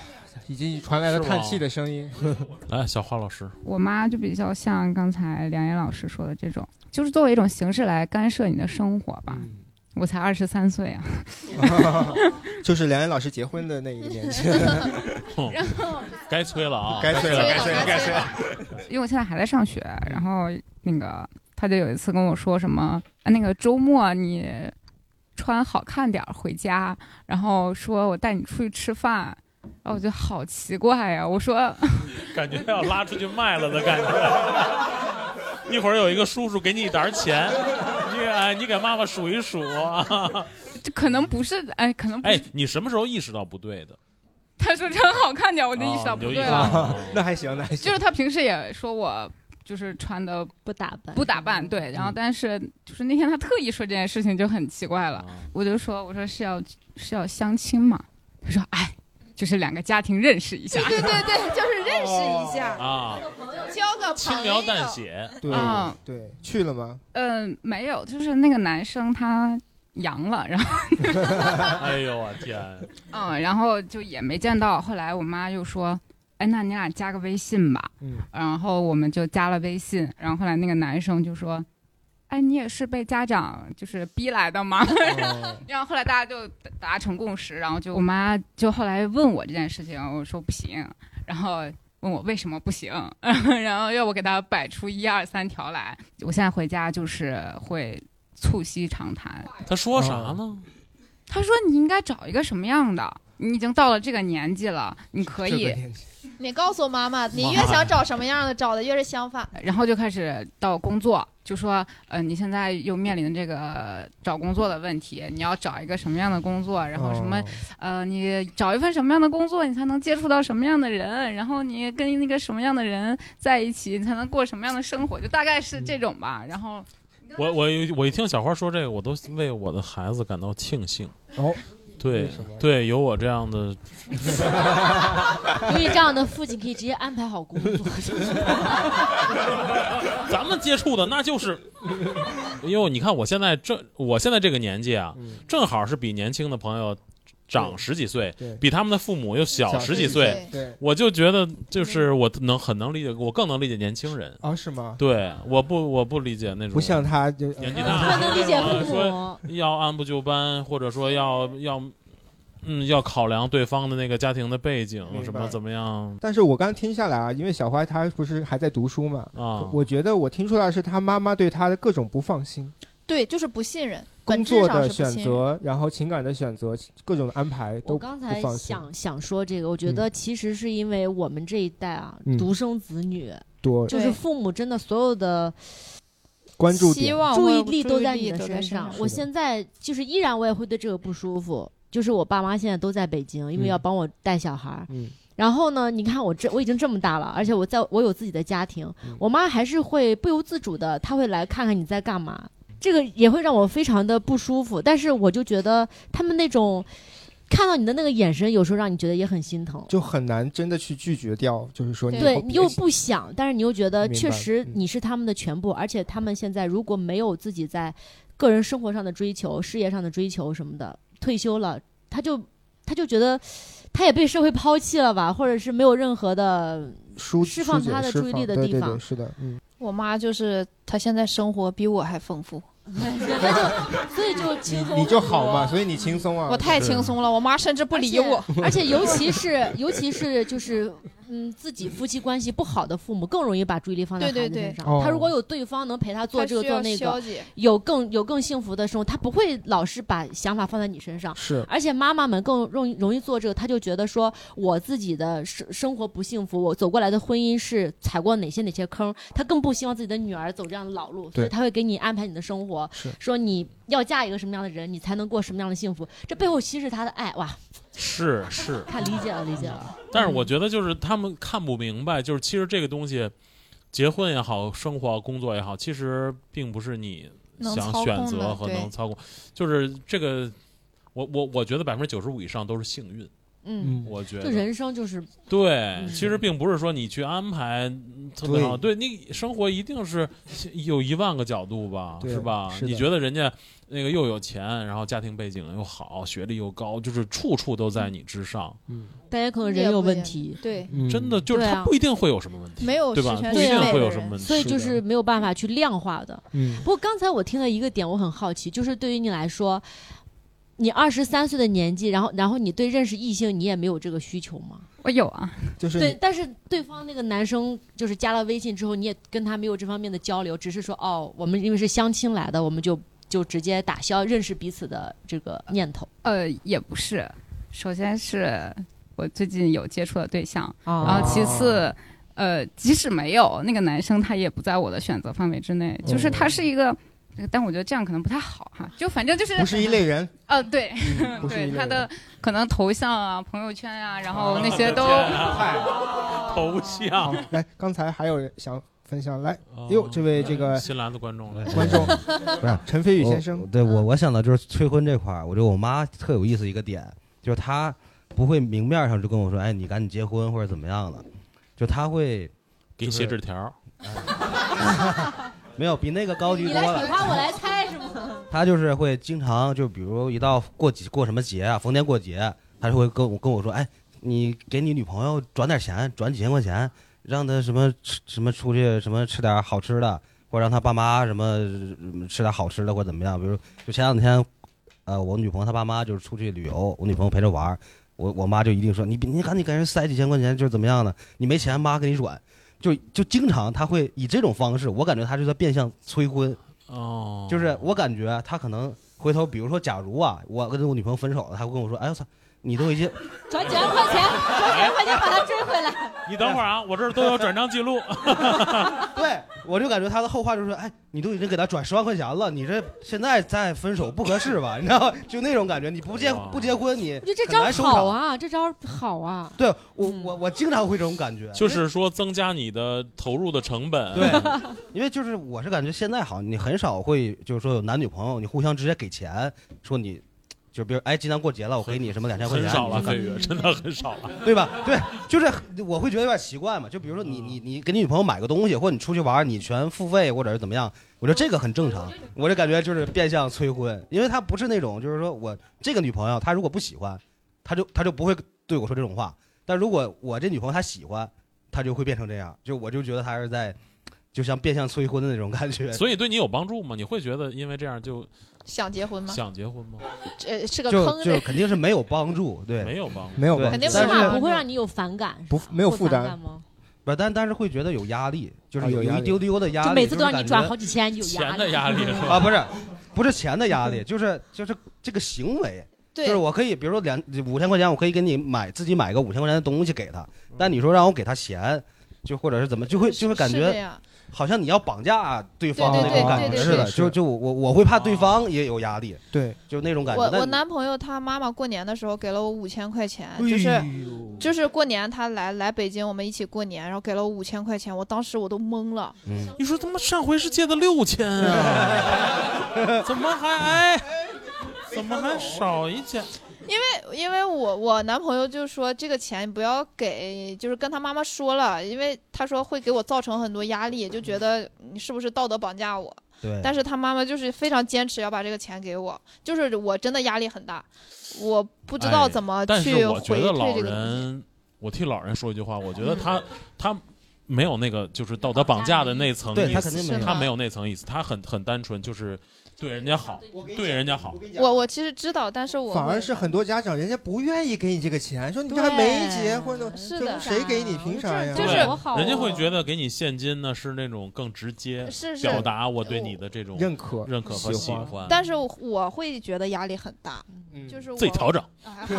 已经传来了
是吗
叹气的声音。 (laughs)
来，小花老师，
我妈就比较像刚才梁岩老师说的这种，就是作为一种形式来干涉你的生活吧。我才二十三岁啊，
(laughs) 就是梁岩老师结婚的那个 (laughs) 年纪，
嗯该催了啊！
哦该催了，
该
该
催
催
了
了，该催了。
因为我现在还在上学。然后那个她就有一次跟我说什么，啊那个周末你穿好看点儿回家，然后说我带你出去吃饭。然后我就好奇怪呀、我说 (laughs)
感觉要拉出去卖了的感觉。 (laughs) 一会儿有一个叔叔给你一沓钱， (laughs) 你哎，你给妈妈数一数 (laughs) 啊。
这可能不是，哎，可能不是。
哎，你什么时候意识到不对的？
她说穿好看点儿，我就意识到
啊你
不
就
对
意识
了。
到
(laughs)
啊， (laughs) 那还行，那
哎
还行
就。是她平时也说我就是穿的
不打扮，
不打扮，对。然后
嗯
但是就是那天他特意说这件事情就很奇怪了，
嗯
啊
我就说我说是要是要相亲嘛，他说哎，就是两个家庭认识一下 (laughs)
对对对对，就是认识一下，
哦
啊，
交个
轻
朋
描
友。
淡写，
对
啊
嗯
对，去了吗？
呃嗯、没有，就是那个男生他阳了，然后
(laughs)
哎呦我天！
嗯，然后就也没见到。后来我妈就说：“哎，那你俩加个微信吧。”
嗯，
然后我们就加了微信。然后后来那个男生就说：“哎，你也是被家长就是逼来的吗？”
哦
(laughs) 然后后来大家就达达成共识，然后就我妈就后来问我这件事情，我说不行，然后问我为什么不行， (laughs) 然后要我给她摆出一二三条来。我现在回家就是会促膝长谈，
他说啥呢？
她说你应该找一个什么样的。你已经到了这个年纪了，你可以，
你告诉妈妈，你越想找什么样的，
(laughs)
找的越是相反。
然后就开始到工作，就说，呃，你现在又面临这个找工作的问题，你要找一个什么样的工作，然后什么，呃，你找一份什么样的工作，你才能接触到什么样的人，然后你跟那个什么样的人在一起，你才能过什么样的生活，就大概是这种吧。然后
我我我一听小花说这个，我都为我的孩子感到庆幸。
哦，
对
为什么
对，有我这样的， (laughs)
(laughs) 由于这样的父亲可以直接安排好工作， (laughs)
(laughs) 咱们接触的那
(laughs)
就是，因为你看我现在正我现在这个年纪啊，
嗯
正好是比年轻的朋友长十几岁
对，
比他们的父母又小十几岁，
对
对，
我就觉得就是
嗯
我能很能理解，我更能理解年轻人。
哦，是吗？
对，我不我不理解那种
不像他就
年纪大
他能理解父母
(laughs)
说。要按部就班，或者说要要，嗯，要考量对方的那个家庭的背景
明白
什么怎么样
呃但是我刚听下来啊，因为小花她不是还在读书嘛，
啊？
我觉得我听出来是她妈妈对她的各种不放心，
对，就是不信任，
工
本
作
质上
的
是不
选
信任。
择，然后情感的选择，各种的安排
我
都
刚
不
才
放心
想想说这个，我觉得其实是因为我们这一代啊，
嗯
独生子女，
多
就是父母真的所有的
关注
希
点。
望
注
会
意力都在你的
注意力
身
都在
上。
上
我
是的
现在就是依然我也会对这个不舒服，就是我爸妈现在都在北京，因为
嗯
要帮我带小孩儿。
嗯，
然后呢，你看我这我已经这么大了，而且我在我有自己的家庭
嗯，
我妈还是会不由自主的，她会来看看你在干嘛，这个也会让我非常的不舒服。但是我就觉得他们那种看到你的那个眼神，有时候让你觉得也很心疼。
就很难真的去拒绝掉，就是说你以
对
后
你
别
又不想，但是你又觉得
明白
确实
嗯
你是他们的全部，而且他们现在如果没有自己在个人生活上的追求、事业上的追求什么的，退休了，他就他就觉得他也被社会抛弃了吧，或者是没有任何的
疏
释放
疏解
他的
释
注意
放
力的
对
地
对对
方
是的，嗯，
我妈就是她现在生活比我还丰富，
所以就轻松。
你就好嘛，。所以你轻松啊。
我太轻松了，我妈甚至不理我。
而且尤其是尤其是就是嗯，自己夫妻关系不好的父母更容易把注意力放在孩
对
子
对
身
对
上。
哦
他如果有对方能陪他做
她
这个
需要
做那个，
消解
有更有更幸福的生活，他不会老是把想法放在你身上。
是
而且妈妈们更容易容易做这个，她就觉得说我自己的生生活不幸福，我走过来的婚姻是踩过哪些哪些坑，她更不希望自己的女儿走这样的老路，所以
对
她会给你安排你的生活
是，
说你要嫁一个什么样的人，你才能过什么样的幸福。这背后其实是她的爱，哇，
是是，
看理解了，理解了。
但是我觉得就是他们看不明白，就是其实这个东西，结婚也好，生活、工作也好，其实并不是你
能
想
操
选
控
择
的
和
对
能操控，就是这个。我我我觉得百分之九十五以上都是幸运，
嗯，
嗯，
我觉
就
得
人生就是嗯
对，其实并不是说你去安排嗯特别好，对你生活一定是有一万个角度吧，
对
是吧？
是的
你觉得人家那个又有钱，然后家庭背景又好，学历又高，就是处处都在你之上，
大家可能人有问题，
对，
嗯
真的就是
对
他
啊
不一定会有什么问题，
没有
对吧？
十全
不一
十
定
美
会
的
有什么
人
问题，
所以就是没有办法去量化的。
嗯
不过刚才我听了一个点，我很好奇，就是对于你来说，你二十三岁的年纪，然后然后你对认识异性，你也没有这个需求吗？
我有啊，
就是
对，
你
但是对方那个男生就是加了微信之后，你也跟他没有这方面的交流，只是说哦，我们因为是相亲来的，我们就就直接打消认识彼此的这个念头
呃，也不是，首先是我最近有接触的对象，然
啊
后其次，呃，即使没有那个男生，他也不在我的选择范围之内，就是
哦
他是一个。但我觉得这样可能不太好哈，就反正就是
不是一类人，
(laughs) 呃，对
嗯不是一
(laughs)
类
对，他
人
的可能头像啊、朋友圈啊，然后那
(laughs)
些都
嗨，头像
(laughs) 好，
(laughs)
来，刚才还有人想分享，来，
哦
哟，这位这个
新来的观众来，
观众，
不是
陈飞宇
我
先生，
对我我想到就是催婚这块儿，我觉得我妈特有意思一个点，就是她不会明面上就跟我说，哎，你赶紧结婚或者怎么样了，就她会
给你写纸条，
(laughs) 没有比那个高级
你
多
来
了
品。花，我来猜是吗？
他就是会经常就比如一到过节过什么节啊，逢年过节，他就会跟我跟我说，哎，你给你女朋友转点钱，转几千块钱，让她什么吃什么出去什么吃点好吃的，或者让她爸妈什么呃吃点好吃的或者怎么样。比如就前两天，呃，我女朋友她爸妈就是出去旅游，我女朋友陪着玩儿，我我妈就一定说你你赶紧给人塞几千块钱，就是怎么样的，你没钱妈给你转。就就经常他会以这种方式，我感觉他就在变相催婚，
哦，
就是我感觉他可能回头，比如说，假如啊，我跟我女朋友分手了，他会跟我说：“哎，我操，你都已经……
转几万块钱，转几万块钱把他追回
(laughs)
来。
你等会儿啊，我这儿都有转账记录。
对我就感觉他的后话就是：哎，你都已经给他转十万块钱了，你这现在再分手不合适吧？你知道吗，就那种感觉，你不结
哇
不结婚，你
我觉得这
很
招
难收
好
场。
啊，这招好啊。
对我我我经常会这种感觉，
就是说增加你的投入的成本。
对，因为就是我是感觉现在好，像你很少会就是说有男女朋友，你互相直接给钱，说你就比如哎，今年过节了，我给你什么两千块
很
钱，
少
你
了，
就
飞
(laughs)
宇真的很少了。
对吧？对，就是我会觉得有点奇怪嘛。就比如说你你你给你女朋友买个东西，或者你出去玩，你全付费或者是怎么样，我觉得这个很正常。我就感觉就是变相催婚，因为他不是那种就是说我这个女朋友她如果不喜欢，她就她就不会对我说这种话。但如果我这女朋友她喜欢，她就会变成这样。就我就觉得她是在就像变相催婚的那种感觉。
所以对你有帮助吗？你会觉得因为这样就
想结婚吗？
想结婚吗？
这是个
就
坑，
就
这
肯定是没有帮助，对，
(laughs) 没有帮助。
没有
对
吧？
肯定
起
但
码
是
是
不会让你有反感，
不没有负担
反感吗？
不是但但是会觉得有压力，就是
啊
有
有压
一
力
丢丢的压力，
就每次
是
都让你
感觉
转好几千，有压
钱的压力是吧？
啊，不是，不是钱的压力，就是就是这个行为，就
对
是我可以，比如说两五千块钱，我可以给你买自己买个五千块钱的东西给他，但你说让我给他钱，就或者是怎么，就会就会感
是这
觉
样。
好像你要绑架对方
对
那
对
种
对
感觉
对对哦
似的，
对
就是就我我我会怕对方也有压力，
对，
就那种感觉。
我
但
我男朋友他妈妈过年的时候给了我五千块钱，
哎
就是
呦
就是过年他来来北京，我们一起过年，然后给了我五千块钱，我当时我都懵了。
嗯
你说他妈上回是借的六千啊， (laughs) 怎么还哎，怎么还少一千？
(laughs) 因为我我男朋友就说这个钱不要给，就是跟他妈妈说了，因为他说会给我造成很多压力，就觉得你是不是道德绑架我。
对，
但是他妈妈就是非常坚持要把这个钱给我，就是我真的压力很大，我不知道
哎
怎么
但
去
是我
回
觉得
馈
老
这个东西。
人，我替老人说一句话，我觉得他他没有那个就是道德绑架的那层
对
意
他
思，
肯定没
是
有
吗
他没有那层意思，他很很单纯，就是对人家好，对人家好。
我我其实知道，但是我
反而
会
是很多家长人家不愿意给你这个钱，说你这
对
还没结婚呢，
是
就
的
谁给你凭啥哎呀？
就是
对
我好
人家
哦
会觉得给你现金呢是那种更直接
啊是是
表达我对你的这种
认可，
认可和喜
喜欢
欢，
但是我我会觉得压力很大，
嗯
就是我
自己调
(laughs)
整。
啊还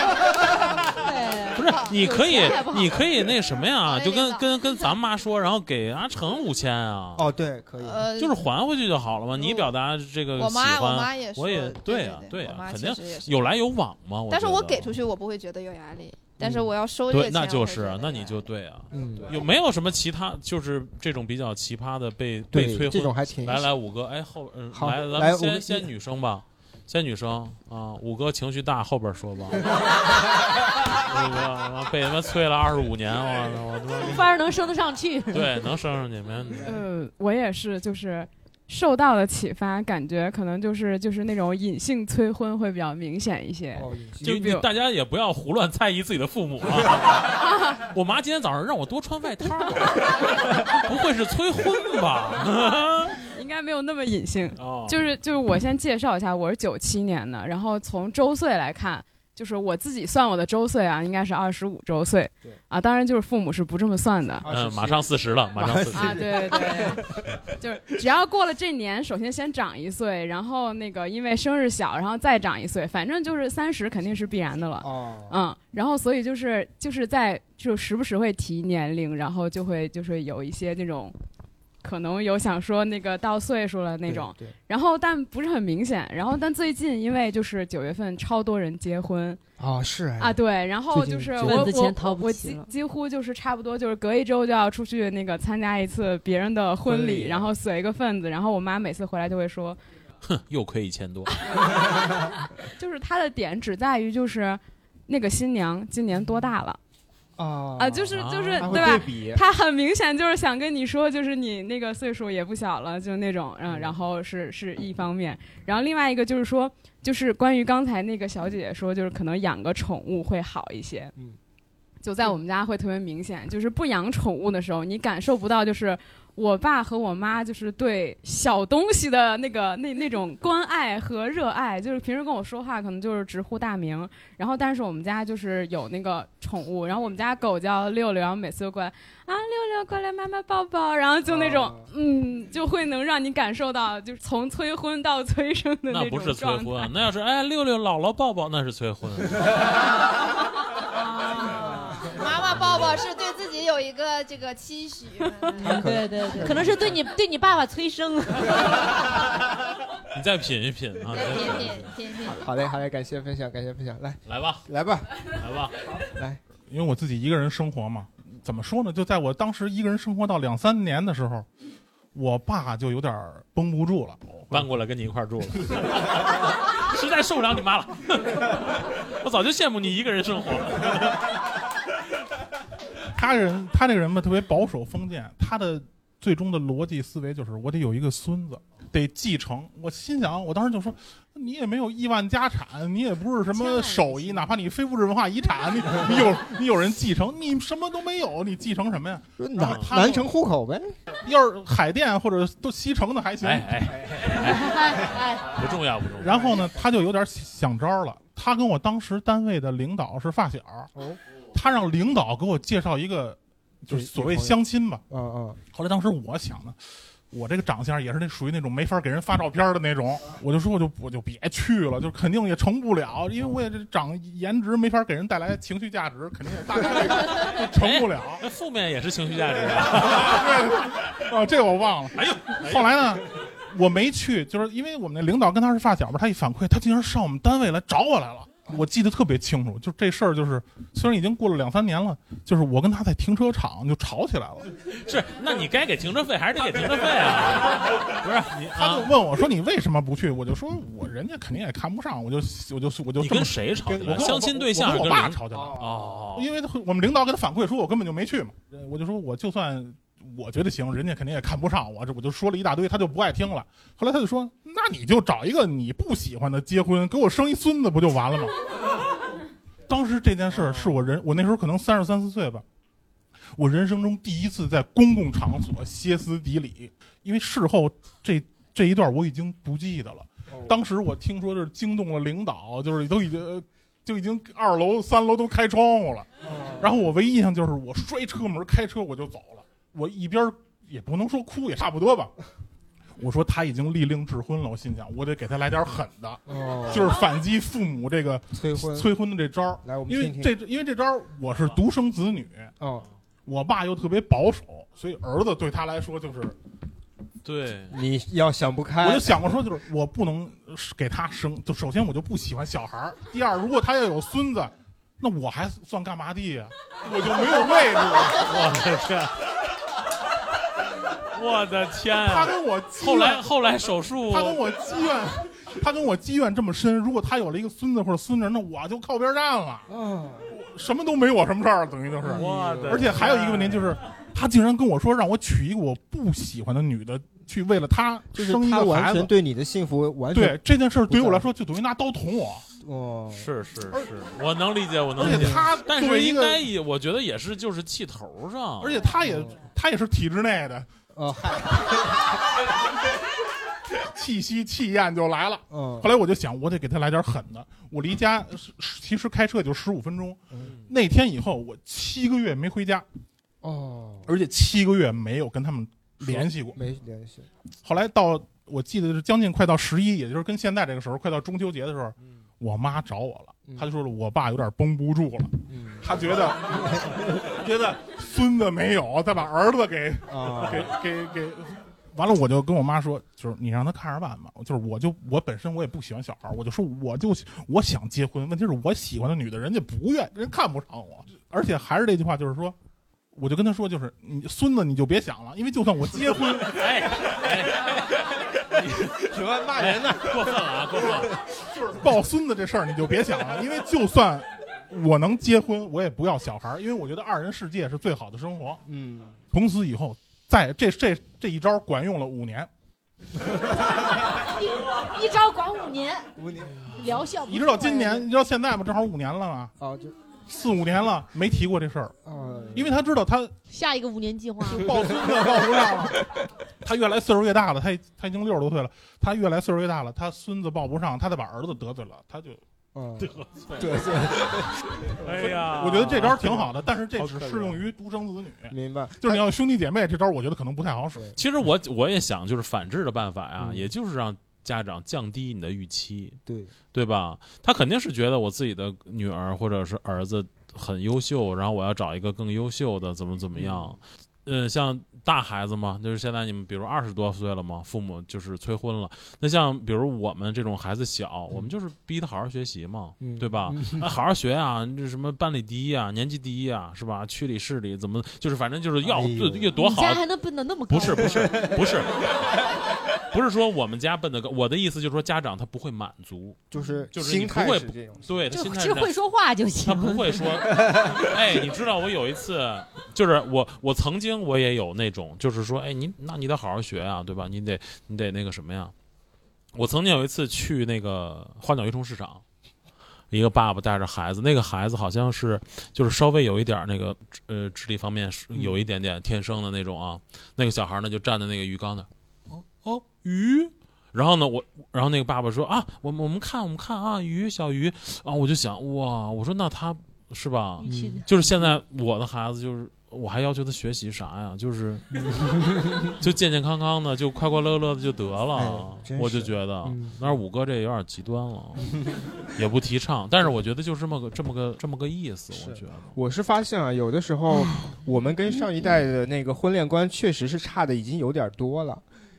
好，哎，
不是，你可
(laughs)
以
有钱也不，好
你可以那什么呀，
哎
就跟
领导
跟跟咱妈说，然后给阿成五千啊，
哦，对，可以。
呃，
就是还回去就好了嘛。
嗯
你表达这个
我
喜
妈我
欢，
妈也说，
我也
对
啊
对
对啊
我妈
肯
其
定
实也是
有来有往嘛。
但是
哦觉
我
得嗯
给出去，我不会觉得有压力。但是我要收这个
对，
钱，
那就
我
是
会觉得
那你就对啊。
嗯，
有没有什么其他就是这种比较奇葩的被被
对，
催
这
婚
种？还挺
来来，五哥，哎后嗯，
好
来咱
来
们
五
先
个
先女生吧，先女生啊，五哥情绪大，后边说
(laughs)
吧。那个他妈被他妈催了二十五年，我操，我他妈。
反而能升得上去。
对，能升上去没问题。
(laughs) 呃，我也是，就是受到了启发，感觉可能就是就是那种隐性催婚会比较明显一些。
哦隐
就
形
就比
你
如
大家也不要胡乱猜疑自己的父母啊！
(laughs)
我妈今天早上让我多穿外套， (laughs) 不会是催婚吧？
(laughs) 应该没有那么隐性。
哦，
就是就是我先介绍一下，我是九七年的，然后从周岁来看，就是我自己算我的周岁啊，应该是二十五周岁
对。
啊，当然就是父母是不这么算的。
啊
嗯，马上四十了，马上四十。
啊，对对对，就是 (laughs) 只要过了这年，首先先长一岁，然后那个因为生日小，然后再长一岁，反正就是三十肯定是必然的了。
哦，
嗯，然后所以就是就是在就时不时会提年龄，然后就会就是有一些那种，可能有想说那个到岁数了那种，
对，
然后但不是很明显，然后但最近因为就是九月份超多人结婚
啊是
啊，，对，然后
最近
就是
结
我
份子钱
我
掏不
我
起
几
了
几乎就是差不多就是隔一周就要出去那个参加一次别人的婚
婚
礼，
礼
然后随个份子，然后我妈每次回来就会说，
(laughs) 又亏一千多，
就是她的点只在于就是那个新娘今年多大了。
哦
啊
啊，就是就是
还会
对吧
对比？
他很明显就是想跟你说，就是你那个岁数也不小了，就那种，嗯，然后是是一方面，然后另外一个就是说，就是关于刚才那个小姐姐说，就是可能养个宠物会好一些，
嗯，
就在我们家会特别明显，就是不养宠物的时候，你感受不到就是。我爸和我妈就是对小东西的那个那那种关爱和热爱，就是平时跟我说话可能就是直呼大名，然后但是我们家就是有那个宠物，然后我们家狗叫六六，然后每次都过来啊六六过来妈妈抱抱，然后就那种、
啊
嗯，就会能让你感受到就是从催婚到催生的
那
种
不是催
状态
婚，那要是哎六六姥姥抱抱，那是催婚。
妈妈抱抱是对自己有一个这个期
(laughs)
许。
嗯对对对，可能是对你对你爸爸催生。
你再品一品啊，再品一品
天天
好嘞，好嘞，感谢分享，感谢分享，来
来吧，
来吧，
来吧，
来，
因为我自己一个人生活嘛，怎么说呢？就在我当时一个人生活到两三年的时候，我爸就有点儿绷不住了，
搬过来跟你一块儿住了，实在受不了 (laughs) 你妈了。我早就羡慕你一个人生活了。
他人他这个人吧，特别保守封建，他的最终的逻辑思维就是我得有一个孙子，得继承。我心想，我当时就说，你也没有亿万家产，你也不是什么手艺，哪怕你非物质文化
(laughs)
遗产，你你有你有人继承，你什么都没有，你继承什么呀？然后
南
他
南城户口呗，
要是海淀或者都西城的还行。
哎哎，不重要不重要。
然后呢，他就有点想招了。他跟我当时单位的领导是发小，
哦，
他让领导给我介绍一个，就是所谓相亲吧。
嗯嗯，
后来当时我想呢，我这个长相也是那属于那种没法给人发照片的那种，我就说我就我就别去了，就肯定也成不了，因为我也这长颜值没法给人带来情绪价值，肯定也大概率 (laughs) 就成不了。
那哎负面也是情绪价值啊。
哦，这我忘了。
哎呦，
(laughs) 后来呢，我没去，就是因为我们那领导跟他是发小嘛，他一反馈，他竟然上我们单位来找我来了。我记得特别清楚，就这事儿，就是虽然已经过了两三年了，就是我跟他在停车场就吵起来了。
(laughs) 是，那你该给停车费还是得给停车费啊？不是你
他就
啊，
问我说：“你为什么不去？”我就说：“我人家肯定也看不上，我就我就我就
你
这么
跟谁吵
跟
起
我
来？
跟我
相亲对象
我
是
跟
跟
我爸
领
吵起来了。
哦，
因为他我们领导给他反馈说我根本就没去嘛，我就说我就算我觉得行，人家肯定也看不上我，这我就说了一大堆，他就不爱听了。后来他就说，那你就找一个你不喜欢的结婚，给我生一孙子不就完了吗？当时这件事儿是我人，我那时候可能三十三四岁吧，我人生中第一次在公共场所歇斯底里，因为事后这这一段我已经不记得了。
哦
当时我听说就是惊动了领导，就是都已经就已经二楼三楼都开窗户了。
哦
然后我唯一印象就是我摔车门开车我就走了，我一边儿也不能说哭，也差不多吧。我说他已经勒令智昏了，我心想我得给他来点狠的，
哦，
就是反击父母这个
催婚，
催婚的这招儿。
来我们
因为
听听，
这因为这招
(laughs)
儿我是独生子女，
哦，
我爸又特别保守，所以儿子对他来说就是，
对，
你要想不
我
开
就，想过说就是我不能呃给他生，就首先我就不喜欢小孩儿，第二如果他要有孙子，那我还算干嘛地呀、我就没有位置了。
(laughs) 我的天，我的天
他
啊！
跟我积怨
后来后来手术
他跟我积怨，他跟我积怨这么深，如果他有了一个孙子或者孙女，那我就靠边站了，
嗯，
什么都没我什么事儿，等于就是。
我的天，
而且还有一个问题就是，他竟然跟我说让我娶一个我不喜欢的女的，去为了他
就是
生一
他
个
完
孩
全
子。
对你的幸福完全
对这件事儿，对
不在
于
乎
我来说，就等于拿刀捅我。
哦，
是是是，我能理解，我能
而
理
且
解。
他
但
作为
是
一
应
个，
该也，我觉得也是，就是气头上。
而且他也他也是体制内的，
哦，嗨，
(laughs) 气息气焰就来了。
嗯
后，来我就想，我得给他来点狠的。我离家是是其实开车也就十五分钟，
嗯
那天以后，我七个月没回家，
哦，
而且七个月没有跟他们联系过。
没联系，
后来到我记得是将近快到十一，也就是跟现在这个时候，快到中秋节的时候，我妈找我了
嗯，
她就说了我爸有点绷不住了，
嗯
她觉得觉得 (laughs) 孙子没有，再把儿子给
啊，
给给给。完了，我就跟我妈说，就是你让他看着办吧。就是我就我本身我也不喜欢小孩儿，我就说我就我想结婚，问题是我喜欢的女的人家不愿，人看不上我。而且还是这句话，就是说，我就跟他说，就是你孙子你就别想了，因为就算我结婚，
哎，
喜欢骂
过分了啊，过分了！
抱孙子这事儿你就别想了，因为就算我能结婚，我也不要小孩儿，因为我觉得二人世界是最好的生活。
嗯，
从此以后，在这这这一招管用了五年。
一招管五年，
五年
疗效不错呀。
你知道今年，你知道现在吗？正好五年了吗？
啊，就哦
四五年了，没提过这事儿。因为他知道他
下一个五年计划，
抱孙子抱不上了。他越来岁数越大了，他已他已经六十多岁了，他越来岁数越大了，他孙子抱不上，他再把儿子得罪了，他就得罪
哦 (laughs) 得罪
哎呀
(laughs) 我觉得这招挺好的，但是这
好
只
可
适用
怜
于独生子女。
明白，
就是你要兄弟姐妹，这招我觉得可能不太好使。
其实我我也想，就是反制的办法呀、
嗯
也就是让家长降低你的预期，
对
对吧？他肯定是觉得我自己的女儿或者是儿子很优秀，然后我要找一个更优秀的，怎么怎么样。
嗯
呃，像大孩子嘛，就是现在你们比如二十多岁了嘛，父母就是催婚了。那像比如我们这种孩子小，我们就是逼他好好学习嘛，
嗯
对吧？啊，好好学啊，你这什么班里第一啊，年级第一啊，是吧？区里市里怎么就是反正 (laughs) 就是要
哎呦
越越多
你
好，
家还能笨到那么高？
不是不 (laughs) 是不是，不是说我们家笨的高，我的意思就是说家长他不会满足，
就是
就是你
心
不
态
会
是这种，
对，他
就
心态
只会
是
说话就行。
他不会说，哎，你知道我有一次，就是我我曾经我也有那种，就是说，哎，你那你得好好学啊，对吧？你得你得那个什么呀？我曾经有一次去那个花鸟鱼虫市场，一个爸爸带着孩子，那个孩子好像是就是稍微有一点儿那个呃智力方面是
嗯
有一点点天生的那种啊，那个小孩呢就站在那个鱼缸那儿，哦哦鱼。然后呢，我然后那个爸爸说啊，我们我们看我们看啊，鱼小鱼啊，我就想哇，我说那他是吧？
你
嗯
去
就是现在我的孩子就是。我还要求他学习啥呀？就是 (laughs) 就健健康康的，就快快乐乐的就得了
哎。真
我就是觉得，
嗯
但是五哥这有点极端了，也不提
(laughs)
倡。但是我觉得就是这么个这么个这么个意思。我觉得
我是发现啊，有的时候我们跟上一代的那个婚恋观确实是差的已经有点多了。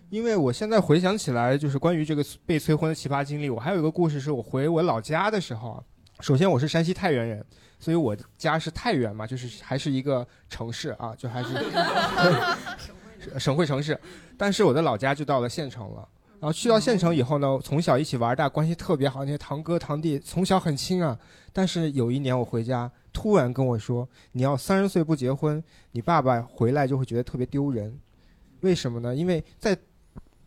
因为我现在回想起来，就是关于这个被催婚的奇葩经历，我还有一个故事，是我回我老家的时候啊。首先，我是山西太原人，所以我家是太原嘛，就是还是一个城市啊，就还是省会城市。但是我的老家就到了县城了。然后去到县城以后呢，从小一起玩大，关系特别好，那些堂哥堂弟从小很亲啊。但是有一年我回家，突然跟我说：“你要三十岁不结婚，你爸爸回来就会觉得特别丢人。”为什么呢？因为在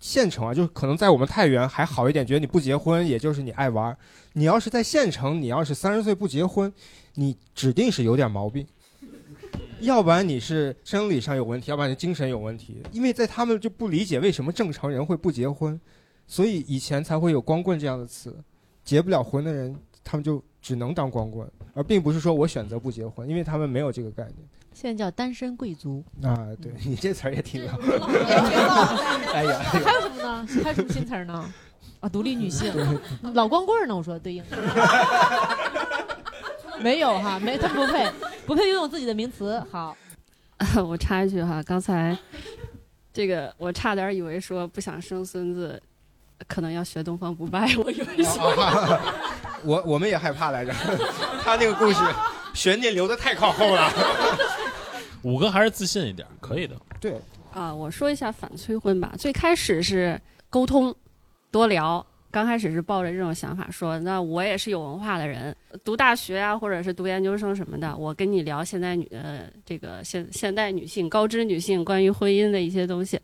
县城啊，就是可能在我们太原还好一点，觉得你不结婚也就是你爱玩儿。你要是在县城，你要是三十岁不结婚，你指定是有点毛病。要不然你是生理上有问题，要不然你精神有问题，因为在他们就不理解为什么正常人会不结婚，所以以前才会有“光棍”这样的词，结不了婚的人，他们就只能当光棍，而并不是说我选择不结婚，因为他们没有这个概念
(laughs) 现在叫单身贵族，
啊。对你这词儿 (laughs) 也挺好，哎呀，哎呀
还有什么呢？还有什么新词儿呢？啊，独立女性，老光棍儿呢？我说对应
(laughs)
的，没有哈，没，他们不配，不配拥有自己的名词。好，
(laughs) 我插一句哈，刚才这个我差点以为说不想生孙子，可能要学东方不败，我以为说。
我我们也害怕来着，他那个故事 (laughs) 悬念留的太靠后了。
五哥还是自信一点，可以的。
对，
啊，我说一下反催婚吧。最开始是沟通，多聊。刚开始是抱着这种想法说，那我也是有文化的人，读大学啊，或者是读研究生什么的，我跟你聊现代女呃这个现现代女性、高知女性关于婚姻的一些东西，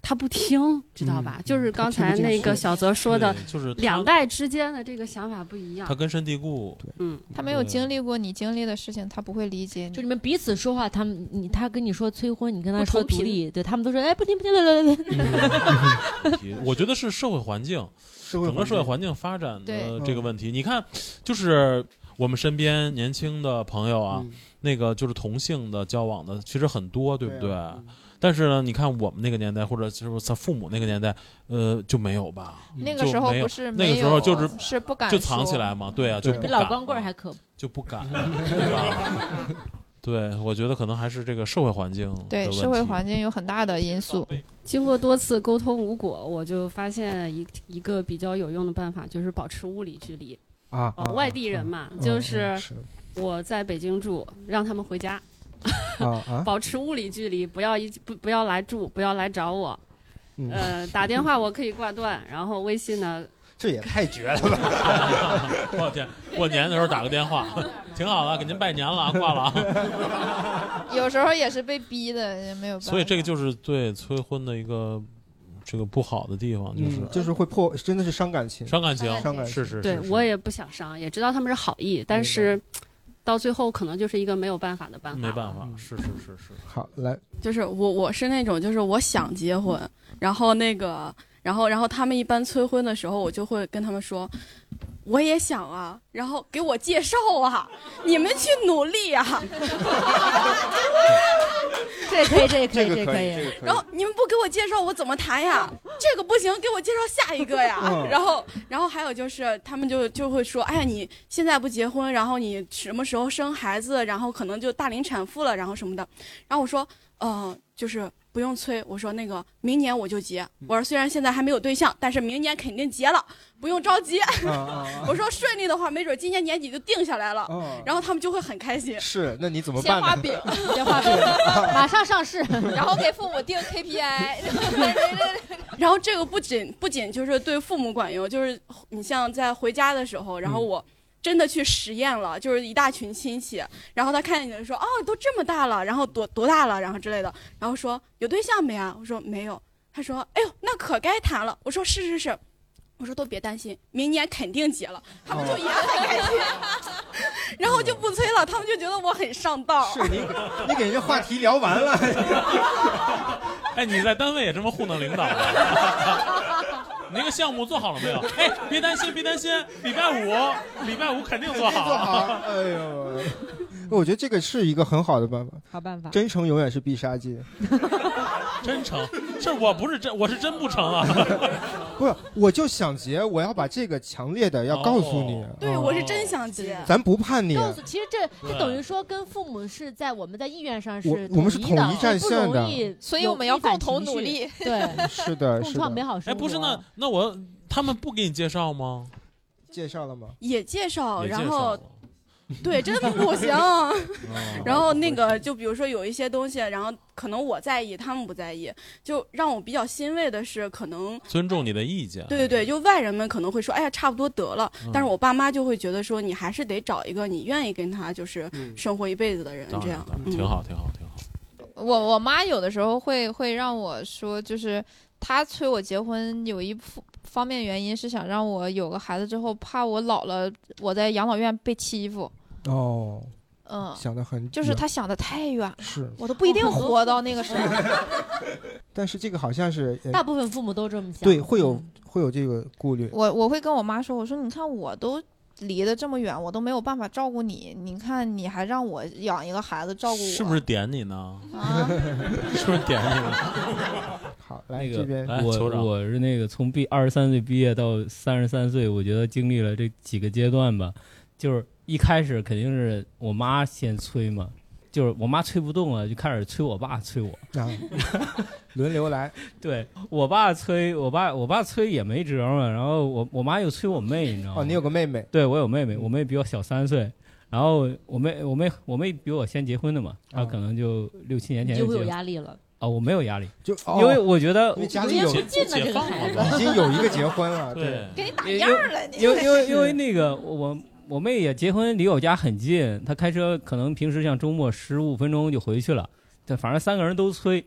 他不听，知道吧？就是刚才那
嗯
个小泽说的，
对就是他
两代之间的这个想法不一样
他。根深蒂固。
嗯，
他没有经历过你经历的事情，他不会理解
就
你。
你们彼此说话，他们你他跟你说催婚，你跟他说
不同
独
频
立，对他们都说哎不听不听，来来来来，
我觉得嗯是社会环境，
社
整个社会环境嗯发展的
对
这个问题。你看，就是我们身边年轻的朋友啊，那个就是同性的交往的，其实很多，对不对？嗯
对啊
但是呢，你看我们那个年代，或者就是他父母那个年代，呃，就没有吧？
那个时候
就没有
不是
那个
没
时候
有
就是
是不敢
就藏起
说
来嘛，对啊，就
对
不
比
敢
老光棍儿还可
就不
(laughs)
敢，对吧？对，我觉得可能还是这个社会环境的
对
问
社会
题
环境有很大的因素。
经过多次沟通无果，我就发现一一个比较有用的办法，就是保持物理距离。
啊嗯
哦，外地人嘛，就是我在北京住，让他们回家，
啊啊，
保持物理距离，不要一不不要来住，不要来找我。
嗯
呃，打电话我可以挂断，然后微信呢，
这也太绝了吧！
(laughs) 我天，过年的时候打个
(laughs)
电话，挺好的，给您拜年了啊，挂了啊。
有时候也是被逼的，也没有办法。
所以这个就是对催婚的一个这个不好的地方，就是
嗯，就是会破，真的是伤感情，
伤感情
伤感情
是是
对我也不想伤，也知道他们是好意，但是到最后可能就是一个没有办法的办法。
没办法，是是是是。
好，来，
就是我我是那种就是我想结婚，然后那个然后然后他们一般催婚的时候，我就会跟他们说，我也想啊，然后给我介绍啊，你们去努力啊。
(laughs) 这也可以，这也可以，也可以。
然后你们不给我介绍，我怎么谈呀？这个不行，给我介绍下一个呀。
嗯
然后，然后还有就是，他们就就会说，哎呀，你现在不结婚，然后你什么时候生孩子，然后可能就大龄产妇了，然后什么的。然后我说，呃，就是不用催，我说那个明年我就结。
嗯
我说虽然现在还没有对象，但是明年肯定结了，不用着急。
啊啊
(laughs) 我说顺利的话，没准今年年底就定下来了。
哦
然后他们就会很开心。
(laughs) 是，那你怎么
鲜
办
花
呢？
饼，
鲜花饼，
(laughs)
马上上市，
然后给父母定 KPI，然后这个不仅不仅就是对父母管用，就是你像在回家的时候，然后我。真的去实验了，就是一大群亲戚，然后他看见你说，哦，都这么大了，然后多多大了，然后之类的，然后说有对象没啊？我说没有，他说，哎呦，那可该谈了。我说是是是，我说都别担心，明年肯定结了，他们就也很开心， (laughs) 然后就不催了，他们就觉得我很上道。 (laughs)
是你， (laughs) 你给人家话题聊完了，
哎，你在单位也这么糊弄领导吗？
(laughs)
你那个项目做好了没有？哎，别担心，别担心，礼拜五，礼拜五肯定做好。啊
(laughs)
哎呦，我觉得这个是一个很好的办法。
好办法
真诚永远是必杀技。
真成，是我不是真，我是真不成啊。
不是，我就想结，我要把这个强烈的要告诉
哦
你。
对，
啊
我是真想结。
咱不啊叛逆，
告诉，其实这
对
这等于说跟父母是在我们在意愿上是
我
统一的
我们是统一战线的
不容易
所以我们要
有逆反
共同
情绪
努力
对，
(laughs)
是的，
共
是
创美
的。
好生
哎，
活。
不是那那我他们不给你介绍吗？
介绍了吗？
也介绍，
也介
然
绍 (laughs) 哦
后
了
对，真不
(laughs)
行。然后那个就比如说有一些东西，然后可能我在意，他们不在意，就让我比较欣慰的是，可能。
尊重你的意见。
对对对，就外人们可能会说，哎呀，差不多得了。
嗯
但是我爸妈就会觉得说，你还是得找一个你愿意跟他就是生活一辈子的人，
嗯当
这
然
样嗯
当然挺好，挺好，挺好。
(laughs) 我我妈有的时候会会让我说，就是她催我结婚，有一部方面原因是想让我有个孩子之后，怕我老了我在养老院被欺负。
哦，
嗯，
想得很
就是
远
她想的太远了，
是，
我都不一定活到那个 (laughs) 时候。
但是这个好像是呃
大部分父母都这么想。嗯
对会有会有这个顾虑。
我我会跟我妈说，我说你看我都离得这么远，我都没有办法照顾你，你看你还让我养一个孩子照顾我，
是不是点你呢？(laughs)
啊？
是不是点你呢？
好，来
那
这边
个，
我
我我是那个从毕二十三岁毕业到三十三岁，我觉得经历了这几个阶段吧，就是一开始肯定是我妈先催嘛，就是我妈催不动啊了，就开始催我爸催我，
啊，轮流来。
对我爸催我爸，我爸催也没辙嘛，然后我我妈又催我妹，你知道吗？
哦，你有个妹嗯妹，
对我有妹妹，我妹比我小三岁，然后我妹我妹我妹比我先结婚的嘛，
哦
她可能就六七年前
你就会
结
有
婚
压力了。
啊、我没有压力，
就哦
因为我觉得
因为家里有
已经不近了这个孩子
已经有一个结婚了，
(laughs) 对
给你打样儿了，你
因为因为因为那个我我妹也结婚离我家很近，她开车可能平时像周末十五分钟就回去了，但反正三个人都催。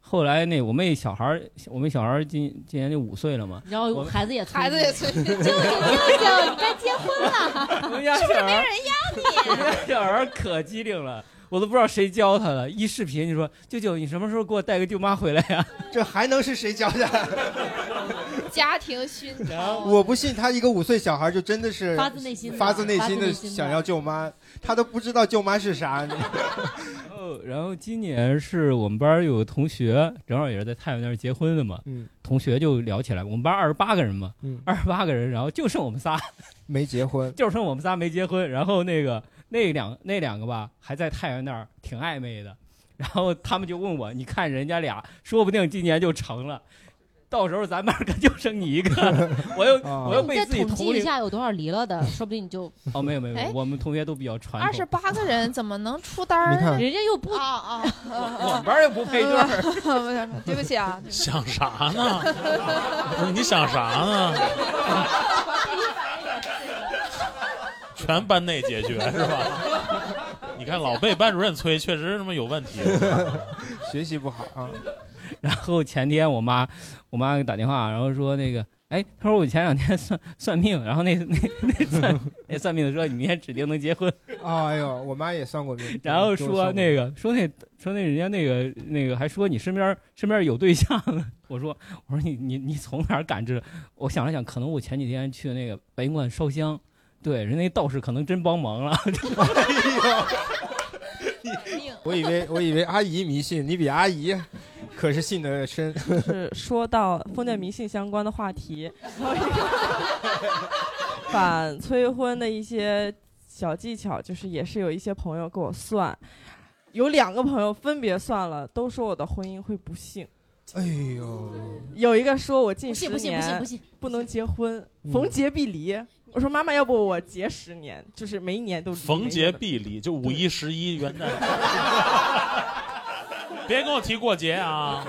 后来那我妹小孩儿，我妹小孩儿今今年就五岁了
(laughs)
嘛，
然后
我
孩子也催，
孩子
(laughs)
也催
就你舅舅，你该结婚了，
我家
是不是
小
没人
孩儿
要你？
小孩儿可机灵了，我都不知道谁教他的。一视频就说：“舅舅，你什么时候给我带个舅妈回来呀、
这还能是谁教的？
家庭熏陶。
我不信他一个五岁小孩就真的是
发自内心的
发自内心
发自
的
内心的
想要舅妈，他都不知道舅妈是啥。你
(laughs) 然后，哦然后今年是我们班儿有个同学，正好也是在太原那儿结婚的嘛，
嗯
同学就聊起来，我们班二十八个人嘛，
嗯
二十八个人，然后就剩我
(laughs)
们仨，
没结婚，
就剩我们仨没结婚。然后那个那两那两个吧，还在太原那儿挺暧昧的。然后他们就问我，你看人家俩，说不定今年就成了。到时候咱们二个就剩你
(laughs)
一个，我又我又
你
被
哦再
自己
统计
同
一
龄
下有多少离了的，说不定你就
哦，没有没有，没
哎
有，我们同学都比较传
二
统
十，八个人怎么能出单儿
你
呢？
看人
家又不
啊啊，
(laughs)
我
我
们班儿又不配对
(laughs)
儿
对不起
(laughs)
啊，
想啥呢？
啊
你想啥呢？全班内解决是吧？你看老被班主任催，确实他妈有问题，
学习不好啊。
然后前天我妈我妈给打电话，然后说那个，哎，她说我前两天算算命，然后那那那算那算命的说你明天指定能结婚，
(laughs) 哎呦，我妈也算过命，
(laughs) 然后说那个说那说那人家那个那个还说你身边身边有对象， (laughs) 我说我说你你你从哪儿感知？我想了想，可能我前几天去那个白云观烧香，对，人那道士可能真帮忙了。 (laughs)
哎我以为我以为阿姨迷信，你比阿姨可是信得
(laughs)
深。
是说到封建迷信相关的话
(laughs)
题，反催婚的一些小技巧，就是也是有一些朋友给我算，有两个朋友分别算了，都说我的婚姻会不幸。
哎
(laughs)
呦，
有一个说我近十年
不信不信不信不信
能结婚，
嗯
逢结必离。我说妈妈，要不我结十年，就是每一年都离
逢节必离，就五一、十一、元 (laughs) 旦，别跟我提过节啊！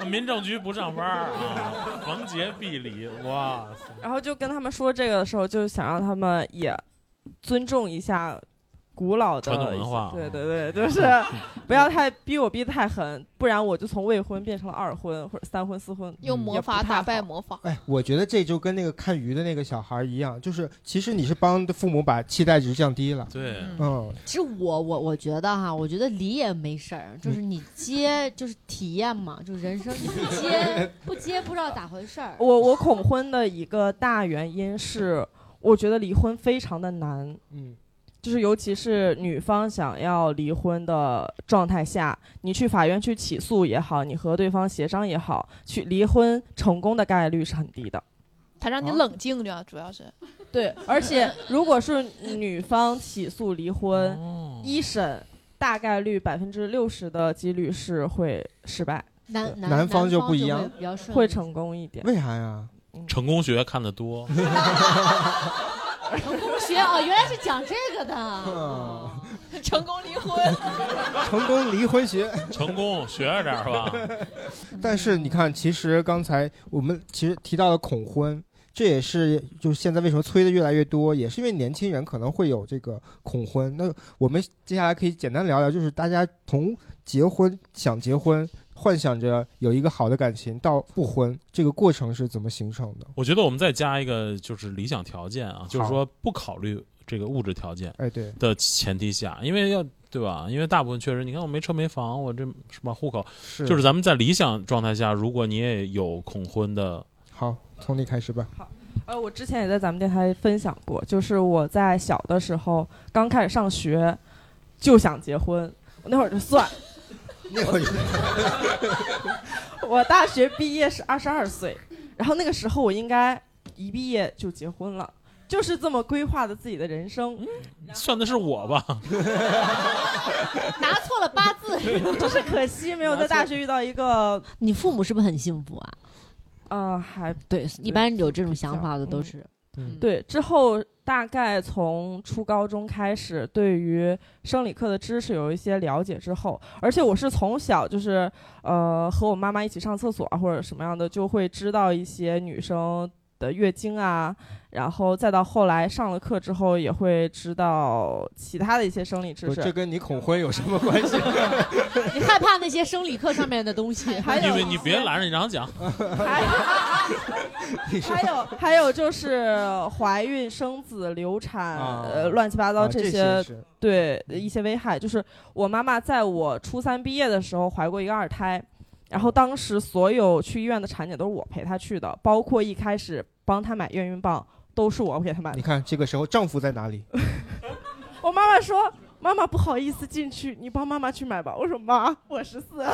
我民政局不上班啊，逢节必离，哇塞！
然后就跟他们说这个的时候，就想让他们也尊重一下古老的
传统文化
对对对，
(laughs)
就是不要太逼我逼得太狠，不然我就从未婚变成了二婚或者三婚四婚，嗯
用魔法打败魔法。
哎，我觉得这就跟那个看鱼的那个小孩一样，就是其实你是帮父母把期待值降低了。
对，
嗯，
(laughs) 其实我我我觉得哈，我觉得离也没事儿，就是你接就是 (laughs) 体验嘛，就是人生你不接不接不知道咋回事儿。
(laughs) 我我恐婚的一个大原因是，我觉得离婚非常的难。
嗯，
就是尤其是女方想要离婚的状态下，你去法院去起诉也好，你和对方协商也好，去离婚成功的概率是很低的。
他让你冷静着，主要是。
对，而且 (laughs) 如果是女方起诉离婚，
哦
一审大概率百分之六十的几率是会失败，
男
男男方就不一样男方就会
比较顺利
会成功一点。
为啥呀？
成功学看得多，
成功学哦，原来是讲这个的，
嗯，
成功离婚。
成功离婚学。
成功学着点儿吧。
但是你看，其实刚才我们其实提到了恐婚，这也是就是现在为什么催的越来越多，也是因为年轻人可能会有这个恐婚。那我们接下来可以简单聊聊，就是大家从结婚想结婚，幻想着有一个好的感情，到不婚这个过程是怎么形成的？
我觉得我们再加一个就是理想条件啊，就是
好
说不考虑这个物质条件，
哎对
的前提下，因为要对吧？因为大部分确实，你看我没车没房，我这是吧户口，
是
就是咱们在理想状态下，如果你也有恐婚的，
好，从你开始吧。
呃，我之前也在咱们电台分享过，就是我在小的时候刚开始上学就想结婚，我那会儿就
(laughs)
算，
那会儿
(laughs) 我大学毕业是二十二岁，然后那个时候我应该一毕业就结婚了，就是这么规划的自己的人生。
嗯
算的是我吧？
拿错了八
(laughs)
字，
就是可惜没有在大学遇到一个。
(laughs) 你父母是不是很幸福啊？
啊、还
对，一般有这种想法的
嗯
都是。
对，之后大概从初高中开始，对于生理课的知识有一些了解之后，而且我是从小就是呃和我妈妈一起上厕所啊或者什么样的，就会知道一些女生的月经啊，然后再到后来上了课之后，也会知道其他的一些生理知
不
识。
这跟你恐婚有什么关系？
你害怕那些生理课上面的东西？
还
因为你别拦着你让
(laughs)
讲，
还有还有就是怀孕、生子、流产，
啊
呃，乱七八糟
啊这
些，
些是
对一些危害。就是我妈妈在我初三毕业的时候怀过一个二胎，然后当时所有去医院的产检都是我陪她去的，包括一开始帮她买验孕棒都是我给她买的
你。看这个时候丈夫在哪里？
我妈妈说。妈妈不好意思进去，你帮妈妈去买吧。我说妈，我十四。 (laughs)
很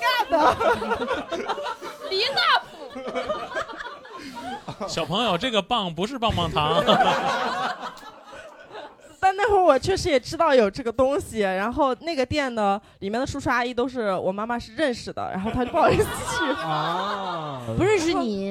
尴尬的，离那
(laughs)
小朋友，这个棒不是棒棒糖，
但那那会儿我确实也知道有这个东西，然后那个店的里面的叔叔阿姨都是我妈妈是认识的，然后她就不好意思去，
啊
不认识
你，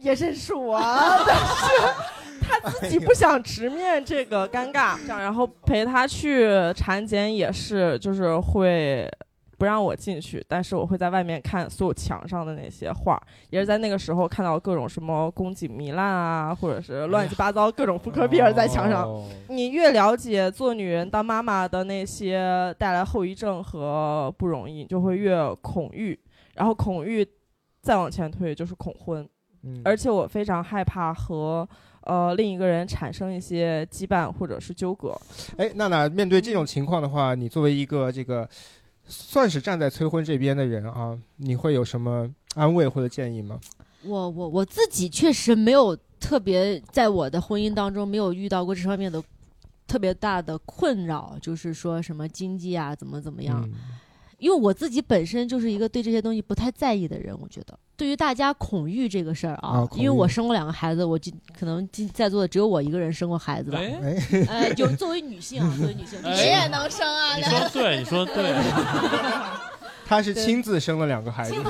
也 (laughs) 认识我，但是她自己不想直面这个尴尬，这样然后陪她去产检也是，就是会。不让我进去，但是我会在外面看所有墙上的那些画儿，也是在那个时候看到各种什么宫颈糜烂啊，或者是乱七八糟各种妇科病儿在墙上。
哦
你越了解做女人、当妈妈的那些带来后遗症和不容易，你就会越恐惧，然后恐惧再往前推就是恐婚。
嗯
而且我非常害怕和呃另一个人产生一些羁绊或者是纠葛。
哎，娜娜，面对这种情况的话，你作为一个这个算是站在催婚这边的人啊，你会有什么安慰或者建议吗？
我我我自己确实没有特别在我的婚姻当中没有遇到过这方面的特别大的困扰，就是说什么经济啊，怎么怎么样。因为我自己本身就是一个对这些东西不太在意的人，我觉得对于大家恐育这个事儿啊，
啊恐
因为我
育
生过两个孩子，我就可能今在座的只有我一个人生过孩子吧。
哎
呃，有作为女性啊，作为女性，
哎
谁也能
能生啊？
你
(laughs)
说对，你
(laughs)
说对，
她是亲自生了两个孩子，
生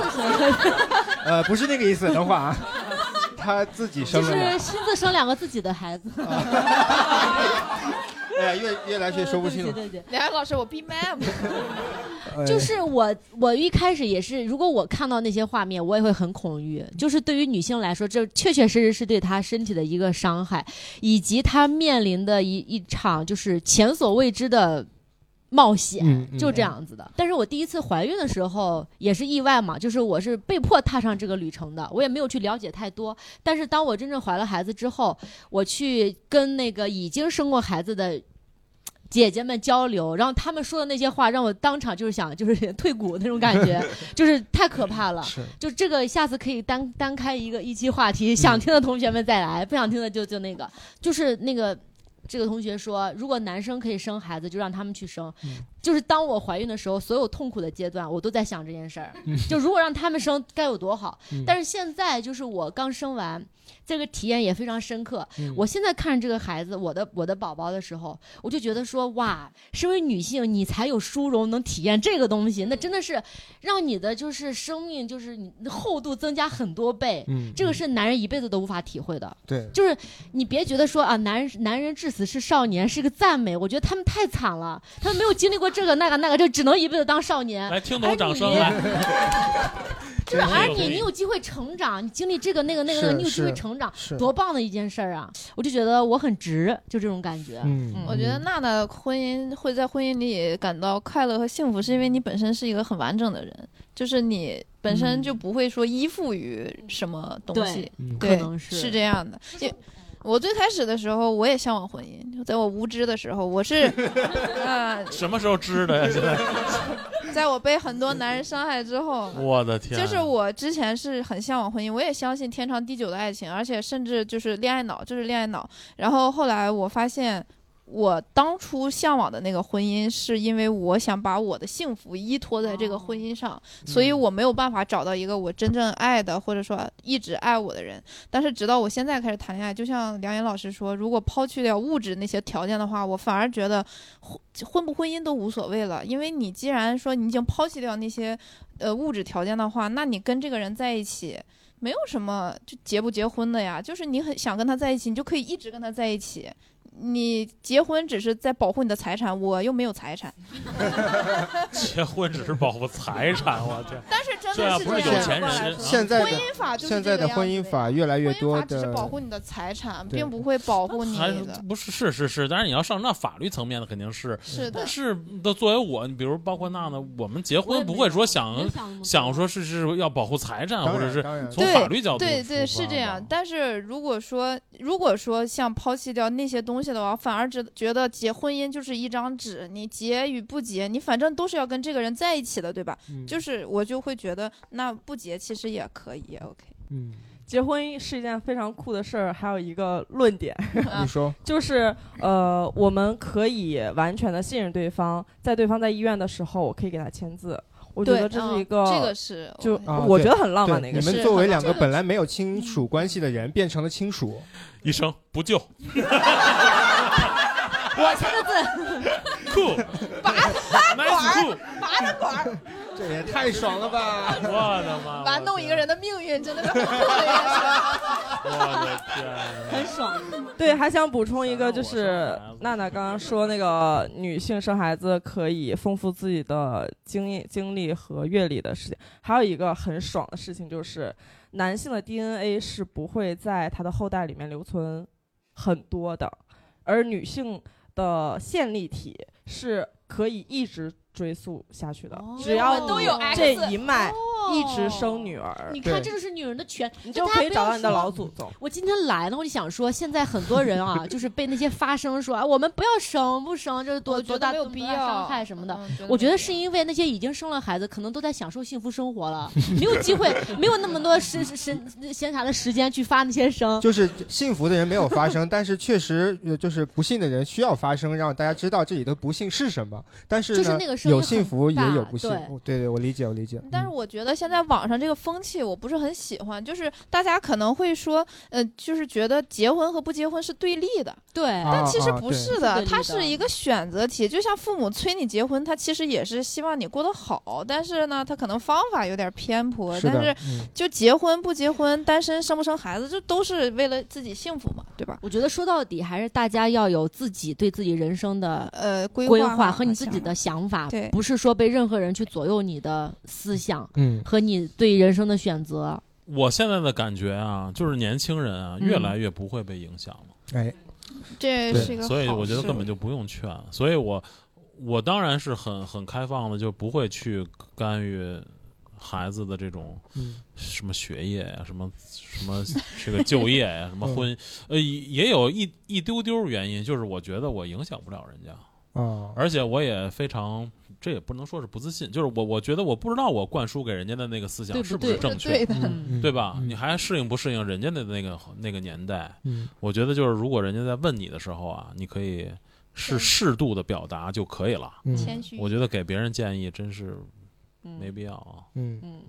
(laughs) 呃，不是那个意思，等会儿啊，她自己
就
生了两
是
个。
亲自生两个自己的孩子。
哎呀，越越来越说不清了。
对对，
梁老师，我闭麦吧。
(laughs) 哎
就是我，我一开始也是，如果我看到那些画面，我也会很恐惧。就是对于女性来说，这确确实实是对她身体的一个伤害，以及她面临的一一场就是前所未知的冒险，
嗯嗯
就这样子的。但是我第一次怀孕的时候也是意外嘛，就是我是被迫踏上这个旅程的，我也没有去了解太多。但是当我真正怀了孩子之后，我去跟那个已经生过孩子的姐姐们交流，然后她们说的那些话让我当场就是想就是退股那种感觉，就是太可怕了
是。
就这个下次可以单单开一个一期话题，想听的同学们再来，不想听的就就那个，就是那个。这个同学说，如果男生可以生孩子，就让他们去生。就是当我怀孕的时候，所有痛苦的阶段，我都在想这件事儿
嗯。
就如果让他们生，该有多好
嗯！
但是现在就是我刚生完，这个体验也非常深刻。
嗯
我现在看着这个孩子，我的我的宝宝的时候，我就觉得说，哇，身为女性，你才有殊荣，能体验这个东西，那真的是让你的就是生命就是你的厚度增加很多倍。
嗯
这个是男人一辈子都无法体会的。
对
就是你别觉得说啊，男人男人至死是少年是个赞美，我觉得他们太惨了，他们没有经历过这个那个那个，就只能一辈子当少年。
来听懂掌声
哎
来。
就是而你，你有机会成长，你经历这个那个那个那个，
是
你有机会
是
成长
是，
多棒的一件事儿啊！我就觉得我很值，就这种感觉。
嗯
我觉得娜娜婚姻会在婚姻里感到快乐和幸福，是因为你本身是一个很完整的人，就是你本身就不会说依附于什么东西，
嗯
嗯对，
可能是
是这样的。因为我最开始的时候，我也向往婚姻，就在我无知的时候，我 (laughs) 是，呃，
什么时候知的呀？现在，
在我被很多男人伤害之后，
我的天，啊
就是我之前是很向往婚姻，我也相信天长地久的爱情，而且甚至就是恋爱脑，就是恋爱脑。然后后来我发现，我当初向往的那个婚姻，是因为我想把我的幸福依托在这个婚姻上，所以我没有办法找到一个我真正爱的，或者说一直爱我的人。但是直到我现在开始谈恋爱，就像梁岩老师说，如果抛去掉物质那些条件的话，我反而觉得婚婚不婚姻都无所谓了，因为你既然说你已经抛弃掉那些呃物质条件的话，那你跟这个人在一起。没有什么就结不结婚的呀，就是你很想跟他在一起，你就可以一直跟他在一起。你结婚只是在保护你的财产，我又没有财产，
结婚只是保护财产，我
(laughs)
天。
但是真
这
的
要
是
不是
这
有
样
钱
反过来
人，
说
现在
婚姻法
的
就是
现在
这个
的
样
婚
子
姻
呗
法越来越多
它只是
的
保护你的财产，
对
并不会保护你
还
的。
不是是是是，当然你要上那法律层面的肯定是
是的
但是都作为我，你比如包括娜娜，我们结婚不会说想想说是是要保护财产，
当然
或者是
当然
从法律角度
对
出
对是这样。但是如果说如果说像抛弃掉那些东西的话，反而只觉得结婚姻就是一张纸，你结与不结，你反正都是要跟这个人在一起的，对吧？
嗯
就是我就会觉得那不结其实也可以也，OK。
嗯，
结婚是一件非常酷的事儿，还有一个论点，(laughs)
嗯
你说
就是呃，我们可以完全的信任对方，在对方在医院的时候，我可以给他签字。我觉
对
得这是
嗯
一个，
这个是
就
啊
我觉
对
得很浪漫的
对
一个事。
你们作为两个本来没有亲属关系的人，变成了亲属。
医生不救，
我七个字，
酷，
拔拔管儿，拔着管儿，
这也太爽了吧！
啊我的妈！
玩弄一个人的命运，真的是很酷的一件事。
我的天，
嗯
很爽。
对，还想补充一个，就是娜娜刚刚说那个女性生孩子可以丰富自己的经验、经历和阅历的事情。还有一个很爽的事情就是，男性的 DNA 是不会在他的后代里面留存很多的，而女性的线粒体是可以一直追溯下去的，只要
哦嗯都
你
有 X
这一脉
哦
一直生女儿，
你看，
对
这就是女人的权，
你
但
就
大
可
家
以
不
找
要
到你的
说
老祖宗。
我今天来呢，我就想说，现在很多人啊，就是被那些发声说，啊，我们不要生不生，这是多多大
没有
多
必
大
要
伤害什么的
嗯觉得。
我觉
没
得是因为那些已经生了孩子，可能都在享受幸福生活了，没有机会，没有那么多时时闲暇的时间去发那些声。
就是幸福的人没有发生，但是确实呃就是不幸的人需要发生，让大家知道这里的不幸是什么。但是呢，
就是那个声音
有幸福
很大
也有不幸，
对
哦对对，我理解，我理解。
嗯
但是我觉得现在网上这个风气我不是很喜欢，就是大家可能会说，呃，就是觉得结婚和不结婚是对立的，
对，
但其实不是的，
啊啊对
它是一个选择题。就像父母催你结婚，他其实也是希望你过得好，但是呢，他可能方法有点偏颇。
是的
但是
嗯
就结婚不结婚、单身生不生孩子，这都是为了自己幸福嘛。对吧？
我觉得说到底还是大家要有自己对自己人生的
呃规
规
划
划
和
和你自己的想法，
对
不是说被任何人去左右你的思想，
嗯
和你对人生的选择。
我现在的感觉啊，就是年轻人啊，
嗯
越来越不会被影响了。
哎，
这
对
是一个
所以
好
我觉得
事
根本就不用劝。啊所以我我当然是很很开放的，就不会去干预孩子的这种
嗯
什么学业呀、什么什么这个就业呀、什么婚，呃，也有一一丢丢原因，就是我觉得我影响不了人家。
哦，
而且我也非常，这也不能说是不自信，就是我我觉得我不知道我灌输给人家的那个思
对
想
不
是不
对
是正确，
对的嗯
对吧？你还适应不适应人家的那个那个年代？
嗯
我觉得就是如果人家在问你的时候啊，你可以是适度的表达就可以了。
嗯谦虚
我觉得给别人建议真是没必要啊。
嗯
嗯，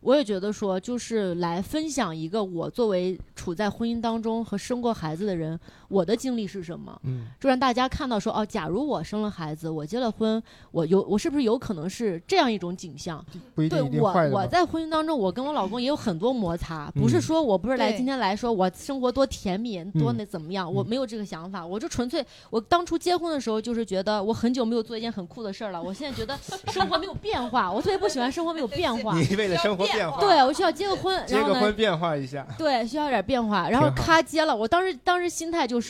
我也觉得说，就是来分享一个我作为处在婚姻当中和生过孩子的人，我的经历是什么，
嗯
就让大家看到说，哦，假如我生了孩子，我结了婚，我有我是不是有可能是这样一种景象？
不一定
对
一定
我
坏的
我
嘛
在婚姻当中，我跟我老公也有很多摩擦，不
嗯
是说我不是来
对
今天来说我生活多甜蜜多
嗯
那怎么样，我没有这个想法，我就纯粹我当初结婚的时候就是觉得我很久没有做一件很酷的事儿了，我现在觉得生活没有变化，我特别不喜欢生活没有变化。
(laughs) 你为了生活变化，
对，我需要结个婚，
结
然后
个
呢，
婚变化一下，
对，需要点变化。然后
挺好
咔接了，我当时当时心态就是。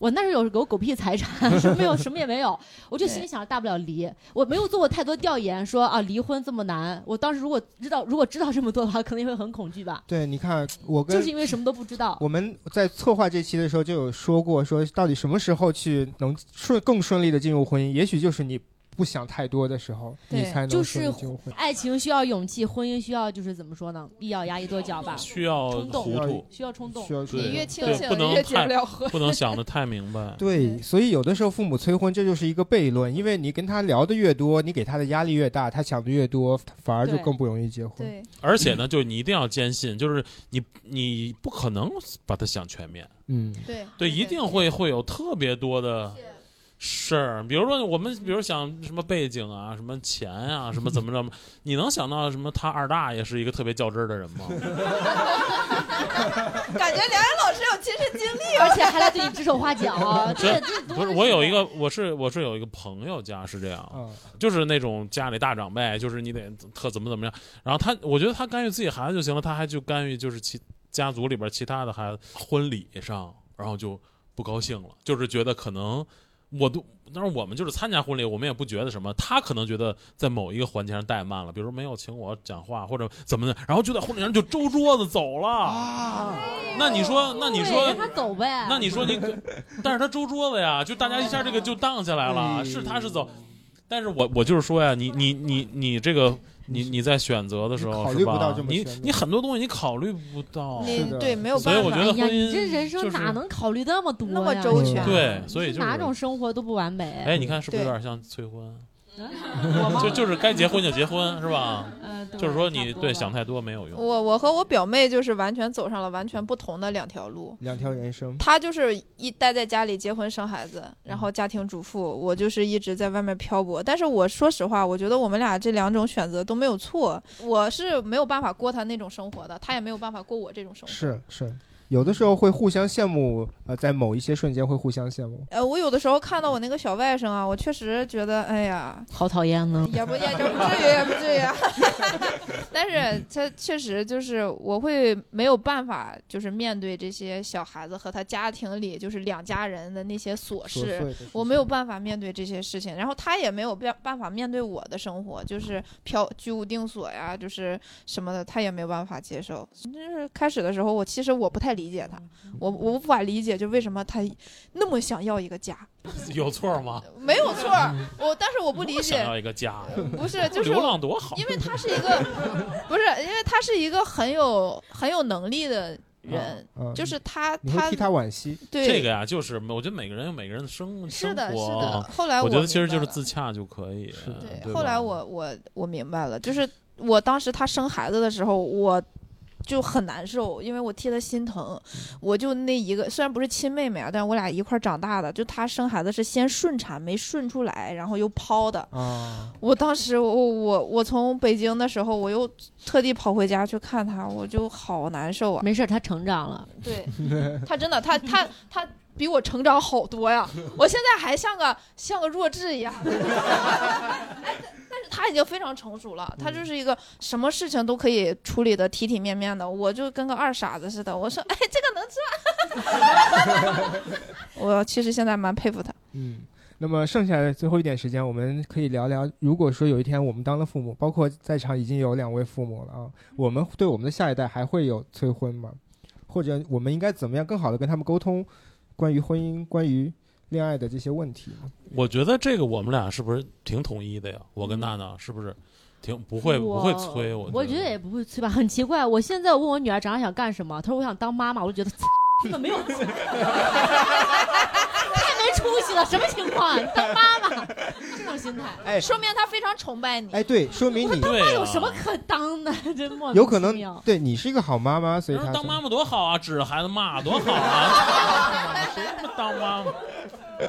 我那时候有有狗屁财产，什么没有，什么也没有，我就心里想，大不了离。我没有做过太多调研，说啊离婚这么难。我当时如果知道，如果知道这么多的话，肯定会很恐惧吧。
对，你看我跟
就是因为什么都不知道。
我们在策划这期的时候就有说过，说到底什么时候去能顺更顺利的进入婚姻，也许就是你不想太多的时候，你才能
就
顺利
是
进入婚姻。
爱情需要勇气，婚姻需要就是怎么说呢？一咬牙一跺脚吧。
需要
冲动
糊涂，
需要冲动。
需要冲动你越
对不能太不能想的太明白。
(laughs) 对，所以有的时候父母催婚，这就是一个悖论，因为你跟他聊的越多，你给他的压力越大，他想的越多，反而就
对
更不容易结婚。
对，
而且呢，就是你一定要坚信，就是你你不可能把它想全面，
嗯，
对
对，一定会会有特别多的事儿，比如说我们，比如想什么背景啊，什么钱啊，什么怎么着，你能想到什么？他二大爷是一个特别较真儿的人吗？
感觉梁然老师有亲身经历，
啊
而且还来对你指手画
(laughs)
脚，啊这这
不是我有一个，我是我是有一个朋友家是这样，就是那种家里大长辈，就是你得特怎么怎么样，然后他我觉得他干预自己孩子就行了，他还去干预就是其家族里边其他的孩子婚礼上，然后就不高兴了，就是觉得可能。我都，但是我们就是参加婚礼，我们也不觉得什么。他可能觉得在某一个环节上怠慢了，比如说没有请我讲话或者怎么的，然后就在婚礼上就周桌子走了。
啊
那你说，那你
对
说，
让他走呗。
那你说
(laughs)
你可，但是他周桌子呀，就大家一下这个就荡下来
哎
了，啊是他是走，但是我我就是说呀，你你你你这个。你你在选择的时候
考虑
哦是
不到
吧
这？么哦
你
全面
你很多东西你考虑不到，
你是的对没有
所以我觉得
哎呀，
婚
你
姻
这人生
就是
哪能考虑那么多呀？
那么周全
对，所以就是
哪种生活都不完美。
哎，你看是不是有
对
(laughs)
点像催婚？我就就是该结婚就结婚是吧？
呃对
就是说你对想太多没有用。
我我和我表妹就是完全走上了完全不同的两条路。
两条人生，
她就是一待在家里结婚生孩子，然后家庭主妇；我就是一直在外面漂泊。但是我说实话，我觉得我们俩这两种选择都没有错。我是没有办法过她那种生活的，她也没有办法过我这种生活。
是是，有的时候会互相羡慕，呃，在某一些瞬间会互相羡慕。
呃，我有的时候看到我那个小外甥啊，我确实觉得，哎呀，
好讨厌呢
(laughs)
也不也就不至于，也不至于啊。 (laughs) 但是他确实就是我会没有办法，就是面对这些小孩子和他家庭里就是两家人的那些琐
琐碎
事
的事情，
我没有办法面对这些事情。然后他也没有办办法面对我的生活，就是漂居无定所呀，就是什么的，他也没有办法接受。就是开始的时候，我其实我不太理解他，
嗯
我我无法理解就为什么他那么想要一个家，
有错吗？
没有错
(laughs)
儿，我但是我不理解。
想要一个家，
不
(laughs)
是，就是
流浪多好，
因为他是一个，
(laughs)
不是，因为他是一个很有很有能力的人，
啊啊
就是他
嗯你会替他惋惜。
对
这个呀，就是我觉得每个人有每个人的生
是的
生活
是的后来
我
我
觉得其实
明白
就是
了
自洽就可以。对吧
后来我我我明白了，就是我当时他生孩子的时候，我就很难受，因为我替他心疼。
嗯
我就那一个，虽然不是亲妹妹啊，但是我俩一块儿长大的。就他生孩子是先顺产没顺出来，然后又剖的。
(laughs)
啊，
我当时我我我从北京的时候，我又特地跑回家去看他，我就好难受啊。
没事，他成长了。
(laughs)
对，他真的，他他他比我成长好多呀！我现在还像个像个弱智一样，哎但是他已经非常成熟了，他就是一个什么事情都可以处理的体体面面的，我就跟个二傻子似的。我说，哎，这个能吃 (laughs) 吗？我其实现在蛮佩服他。
嗯，那么剩下的最后一点时间，我们可以聊聊，如果说有一天我们当了父母，包括在场已经有两位父母了啊，我们对我们的下一代还会有催婚吗？或者我们应该怎么样更好的跟他们沟通关于婚姻、关于恋爱的这些问题呢？
嗯
我觉得这个我们俩是不是挺统一的呀？我跟娜娜是不是挺不会不会催我？
我觉得也不会催吧，很奇怪。我现在问我女儿长大想干什么，她说我想当妈妈，我就觉得 (laughs) 这个没有，太没出息了，什么情况？你当妈妈这种心态，
哎
说明他非常崇拜你。
哎，对，啊说明你
当
啊
妈有什么可当的？ (laughs) 真莫名
有可
其
能
妙
对你是一个好妈妈，所以
当
他
嗯当妈妈多好啊，指着孩子骂多好啊！谁他妈当妈妈？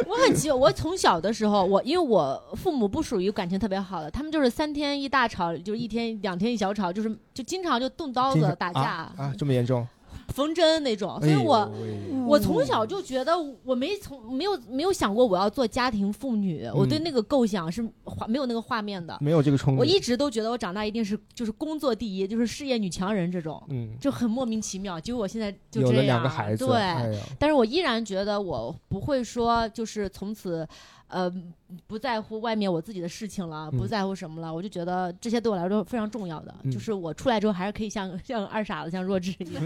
我很奇怪，我从小的时候，我因为我父母不属于感情特别好的，他们就是三天一大吵，就是一天两天一小吵，就是就经常就动刀
经
子
常
打架、
啊啊，这么严重？
缝针那种，所以
哎呦
我、
喂
我从小就觉得我没从没有没有想过我要做家庭妇女，我
嗯
对那个构想是画没有那个画面的，
没有这个冲
我
力
一直都觉得我长大一定是就是工作第一，就是事业女强人这种，
嗯
就很莫名其妙。结果我现在就
有了
这
两
样，
个孩子
对、
哎呦
但是我依然觉得我不会说就是从此。呃，不在乎外面我自己的事情了，
嗯
不在乎什么了，我就觉得这些对我来说非常重要的，
嗯
就是我出来之后还是可以像 (laughs) 像二傻子、像弱智一
(laughs)
样，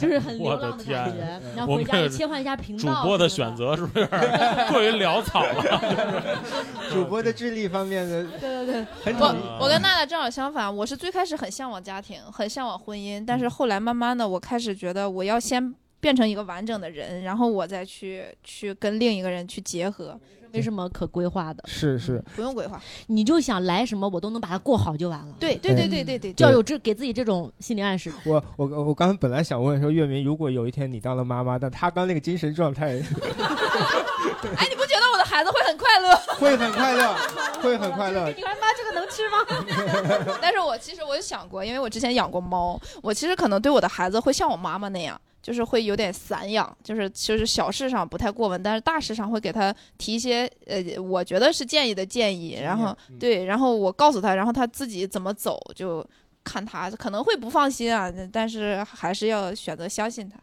就是 (laughs) 很流
我的
浪的
天啊
感觉，然，后
我
回
们
家也切换一下频
主
道。
播的选择是不 (laughs) 是有点过于潦草了？
主播的智力方面的，
对对
很
对，
统
我我跟娜娜正好相反，我是最开始很向往家庭，很向往婚姻，但是
嗯
后来慢慢的，我开始觉得我要先变成一个完整的人，然后我再去去跟另一个人去结合，
(laughs)
没什么可规划的，嗯
是是，
不用规划。
你就想来什么，我都能把它过好就完了。
对
哎
对对对对对，
就要有这给自己这种心理暗示。
我我我刚才本来想问说，月明，如果有一天你当了妈妈，但她刚那个精神状态
哎，你不觉得我的孩子会很快乐？
会很快乐，会很快乐。
你看妈这个能吃吗？ (laughs) 但是我其实我有想过，因为我之前养过猫，我其实可能对我的孩子会像我妈妈那样。就是会有点散养，就是就是小事上不太过问，但是大事上会给他提一些呃，我觉得是建议的建议，然后对，然后我告诉他，然后他自己怎么走就看他，可能会不放心啊，但是还是要选择相信他。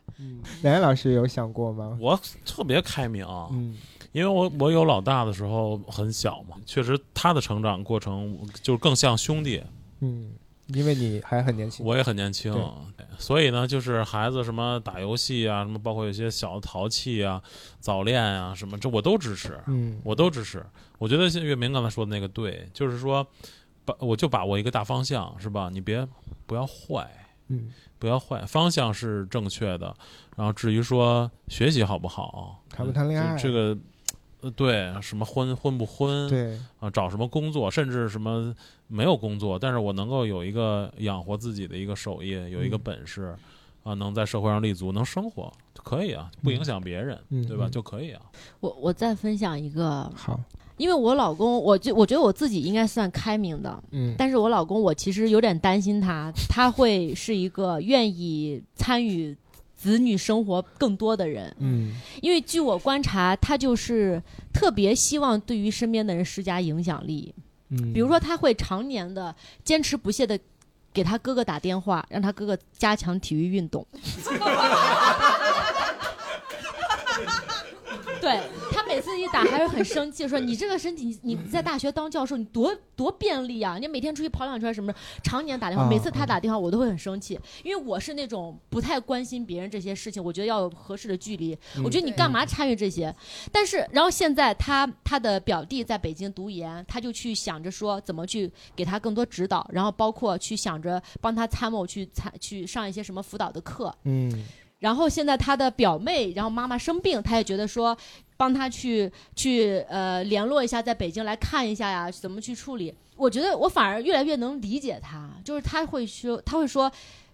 梁岩老师有想过吗？
我特别开明，啊
嗯，
因为我我有老大的时候很小嘛，确实他的成长过程就是更像兄弟，
嗯，因为你还很年轻，
我也很年轻
对，
所以呢，就是孩子什么打游戏啊，什么包括有些小的淘气啊、早恋啊什么，这我都支持，
嗯
我都支持。我觉得像岳明刚才说的那个对，就是说，把我就把握一个大方向，是吧？你别不要坏，
嗯，
不要坏，方向是正确的。然后至于说学习好不好，
谈不谈恋爱
这这个呃，对，什么婚婚不婚，
对
啊，找什么工作，甚至什么没有工作，但是我能够有一个养活自己的一个手艺，有一个
嗯
本事，啊，能在社会上立足，能生活，可以啊，不影响别人，
嗯
对吧？
嗯
就可以啊。
我我再分享一个，
好，
因为我老公，我就我觉得我自己应该算开明的，
嗯
但是我老公，我其实有点担心他，他会是一个愿意参与子女生活更多的人，
嗯
因为据我观察，他就是特别希望对于身边的人施加影响力，
嗯
比如说他会常年的坚持不懈的给他哥哥打电话，让他哥哥加强体育运动。对他每次一打还是很生气，说你这个身体，你你在大学当教授，你多多便利啊！你每天出去跑两圈什么的，常年打电话，
啊
每次他打电话我都会很生气，因为我是那种不太关心别人这些事情，我觉得要有合适的距离。
嗯
我觉得你干嘛参与这些？但是，然后现在他他的表弟在北京读研，他就去想着说怎么去给他更多指导，然后包括去想着帮他参谋去参去上一些什么辅导的课。
嗯
然后现在他的表妹，然后妈妈生病，他也觉得说，帮他去去呃联络一下，在北京来看一下呀，怎么去处理？我觉得我反而越来越能理解他，就是他会说，他会说，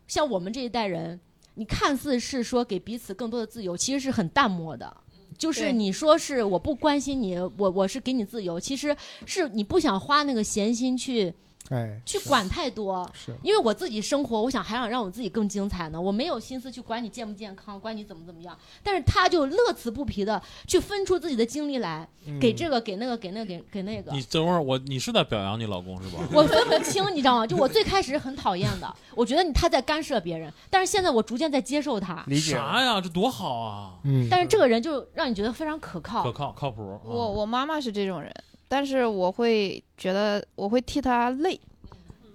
像我们这一代人，你看似是说给彼此更多的自由，其实是很淡漠的。就是
对
你说是我不关心你，我我是给你自由，其实是你不想花那个闲心去
哎，
去管太多，
是
因为我自己生活，我想还想让我自己更精彩呢，我没有心思去管你健不健康，管你怎么怎么样。但是他就乐此不疲的去分出自己的精力来，
嗯
给这个，给那个，给那个，给给那个。
你等会儿我，你是在表扬你老公是吧？
我分不清，你知道吗？就我最开始很讨厌的，我觉得你他在干涉别人，但是现在我逐渐在接受他。
啥呀？这多好啊！
嗯
但是这个人就让你觉得非常可靠。
可靠靠谱。啊
我我妈妈是这种人，但是我会觉得我会替她累。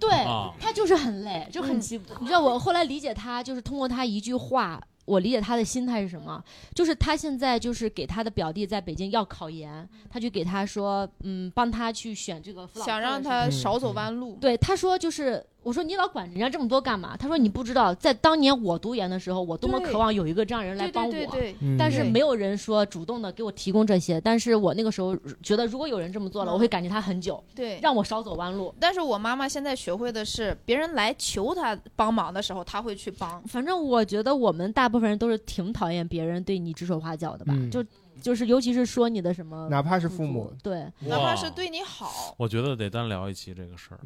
对、
啊
他就是很累，就很
嗯
奇、你知道我后来理解他，就是通过他一句话，我理解他的心态是什么，就是他现在就是给他的表弟在北京要考研，他就给他说，嗯，帮他去选这个辅导
想
课
让
是
他
吧
少走弯路。
对，他说就是，我说你老管人家这么多干嘛？他说你不知道，在当年我读研的时候，我多么
对
渴望有一个这样人来
对对
帮我，
对对嗯
但是
对
没有人说主动的给我提供这些。但是我那个时候觉得，如果有人这么做了，我会感谢他很久，
嗯对
让我少走弯路。
但是我妈妈现在学会的是，别人来求她帮忙的时候，她会去帮。
反正我觉得我们大部分人都是挺讨厌别人对你指手画脚的吧，
嗯
就就是尤其是说你的什么，
哪怕是父母，
对，
哪怕哇是
对你好，
我觉得得单聊一期这个事儿，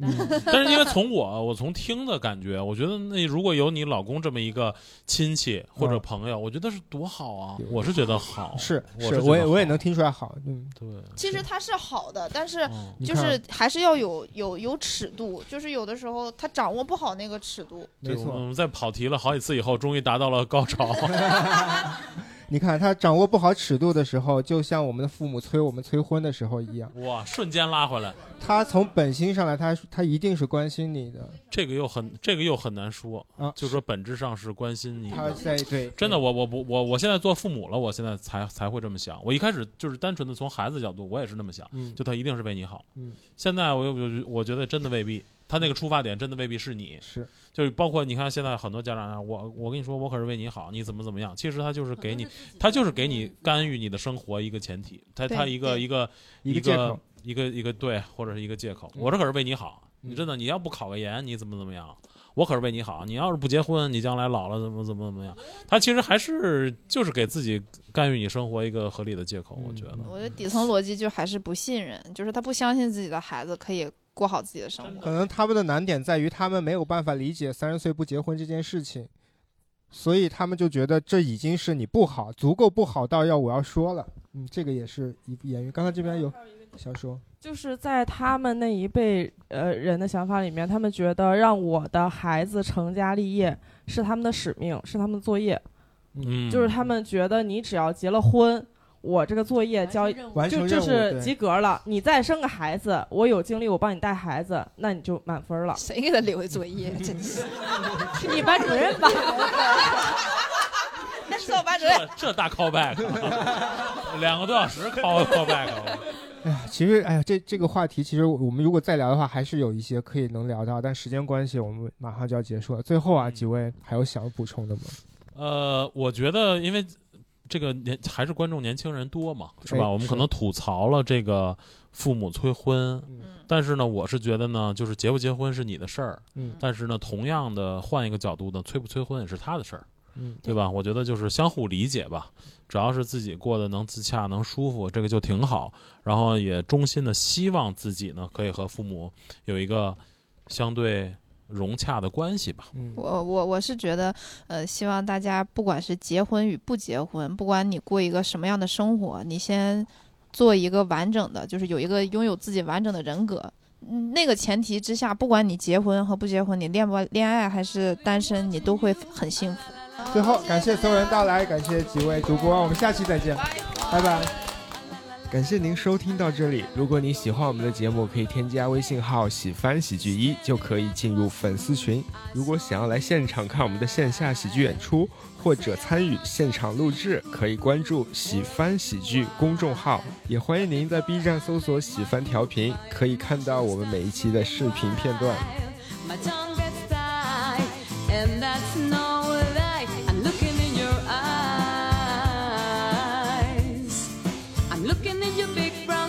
但是因为从我我从听的感觉，我觉得那如果有你老公这么一个亲戚或者朋友，我觉得是多好啊！我是觉得好，
嗯是
我
是，
觉
我也
得
我也能听出来好，嗯，
对，
其实它是哦好的，但是
你
就
看
是还是要有有有尺度，就是有的时候她掌握不好那个尺度。
没错
对我们在跑题了好几次以后，终于达到了高
(laughs)
潮。
你看他掌握不好尺度的时候，就像我们的父母催我们催婚的时候一样，
哇，瞬间拉回来，
他从本心上来，他他一定是关心你的，
这个又很这个又很难说
啊，
就说本质上是关心你的。
他在对
真的，我我我我我现在做父母了，我现在才才会这么想。我一开始就是单纯的从孩子角度，我也是那么想，
嗯
就他一定是为你好。
嗯
现在我又我我觉得真的未必，他那个出发点真的未必是你，
是
就是包括你看现在很多家长啊，我我跟你说，我可是为你好，你怎么怎么样，其实他就是给你，他就是给你干预你的生活一个前提，他
对
他一个
对
一个
一个
(laughs) 一
借口
一个一个对或者是一个借口，
嗯
我这可是为你好，
嗯
你真的你要不考个研，你怎么怎么样。我可是为你好，你要是不结婚，你将来老了怎么怎么怎么样？他其实还是就是给自己干预你生活一个合理的借口，我觉
嗯
(laughs) 得。
我觉得底层逻辑就还是不信任，就是她不相信自己的孩子可以过好自己的生活。
可能他们的难点在于他们没有办法理解三十岁不结婚这件事情，所以他们就觉得这已经是你不好，足够不好到要我要说了。嗯，这个也是一言语。刚才这边有想说，
就是在他们那一辈呃人的想法里面，他们觉得让我的孩子成家立业是他们的使命，是他们的作业。
嗯
就是他们觉得你只要结了婚，我这个作业交
完成
就
任务
就是
对
及格了。你再生个孩子，我有精力我帮你带孩子，那你就满分了。
谁给他留的作业？真是
(laughs) 你班主任吧？
那是我班主
这这大 callback，两啊 (laughs) 个多小时 call (laughs) callback，啊
哎呀，其实哎呀，这这个话题其实我们如果再聊的话，还是有一些可以能聊到，但时间关系，我们马上就要结束了。最后啊，几位还有想要补充的吗？
呃，我觉得因为这个年还是观众年轻人多嘛，是吧？
哎
我们
是
可能吐槽了这个父母催婚，但是呢，我是觉得呢，就是结不结婚是你的事儿，
嗯
但是呢，同样的换一个角度呢，催不催婚也是他的事儿，
嗯
对吧？我觉得就是相互理解吧，只要是自己过得能自洽、能舒服，这个就挺好。然后也衷心的希望自己呢，可以和父母有一个相对融洽的关系吧。
嗯
我我我是觉得，呃，希望大家不管是结婚与不结婚，不管你过一个什么样的生活，你先做一个完整的，就是有一个拥有自己完整的人格。嗯那个前提之下，不管你结婚和不结婚，你恋不恋爱还是单身，你都会很幸福。
最后，感谢所有人到来，感谢几位主播，我们下期再见，拜拜。感谢您收听到这里。如果你喜欢我们的节目，可以添加微信号“喜翻喜剧一”，就可以进入粉丝群。如果想要来现场看我们的线下喜剧演出，或者参与现场录制，可以关注“喜翻喜剧”公众号。也欢迎您在 B 站搜索“喜翻调频”，可以看到我们每一期的视频片段。
My tongue gets tied, and that's no lie. I'm looking in your eyes. I'm looking in your big brown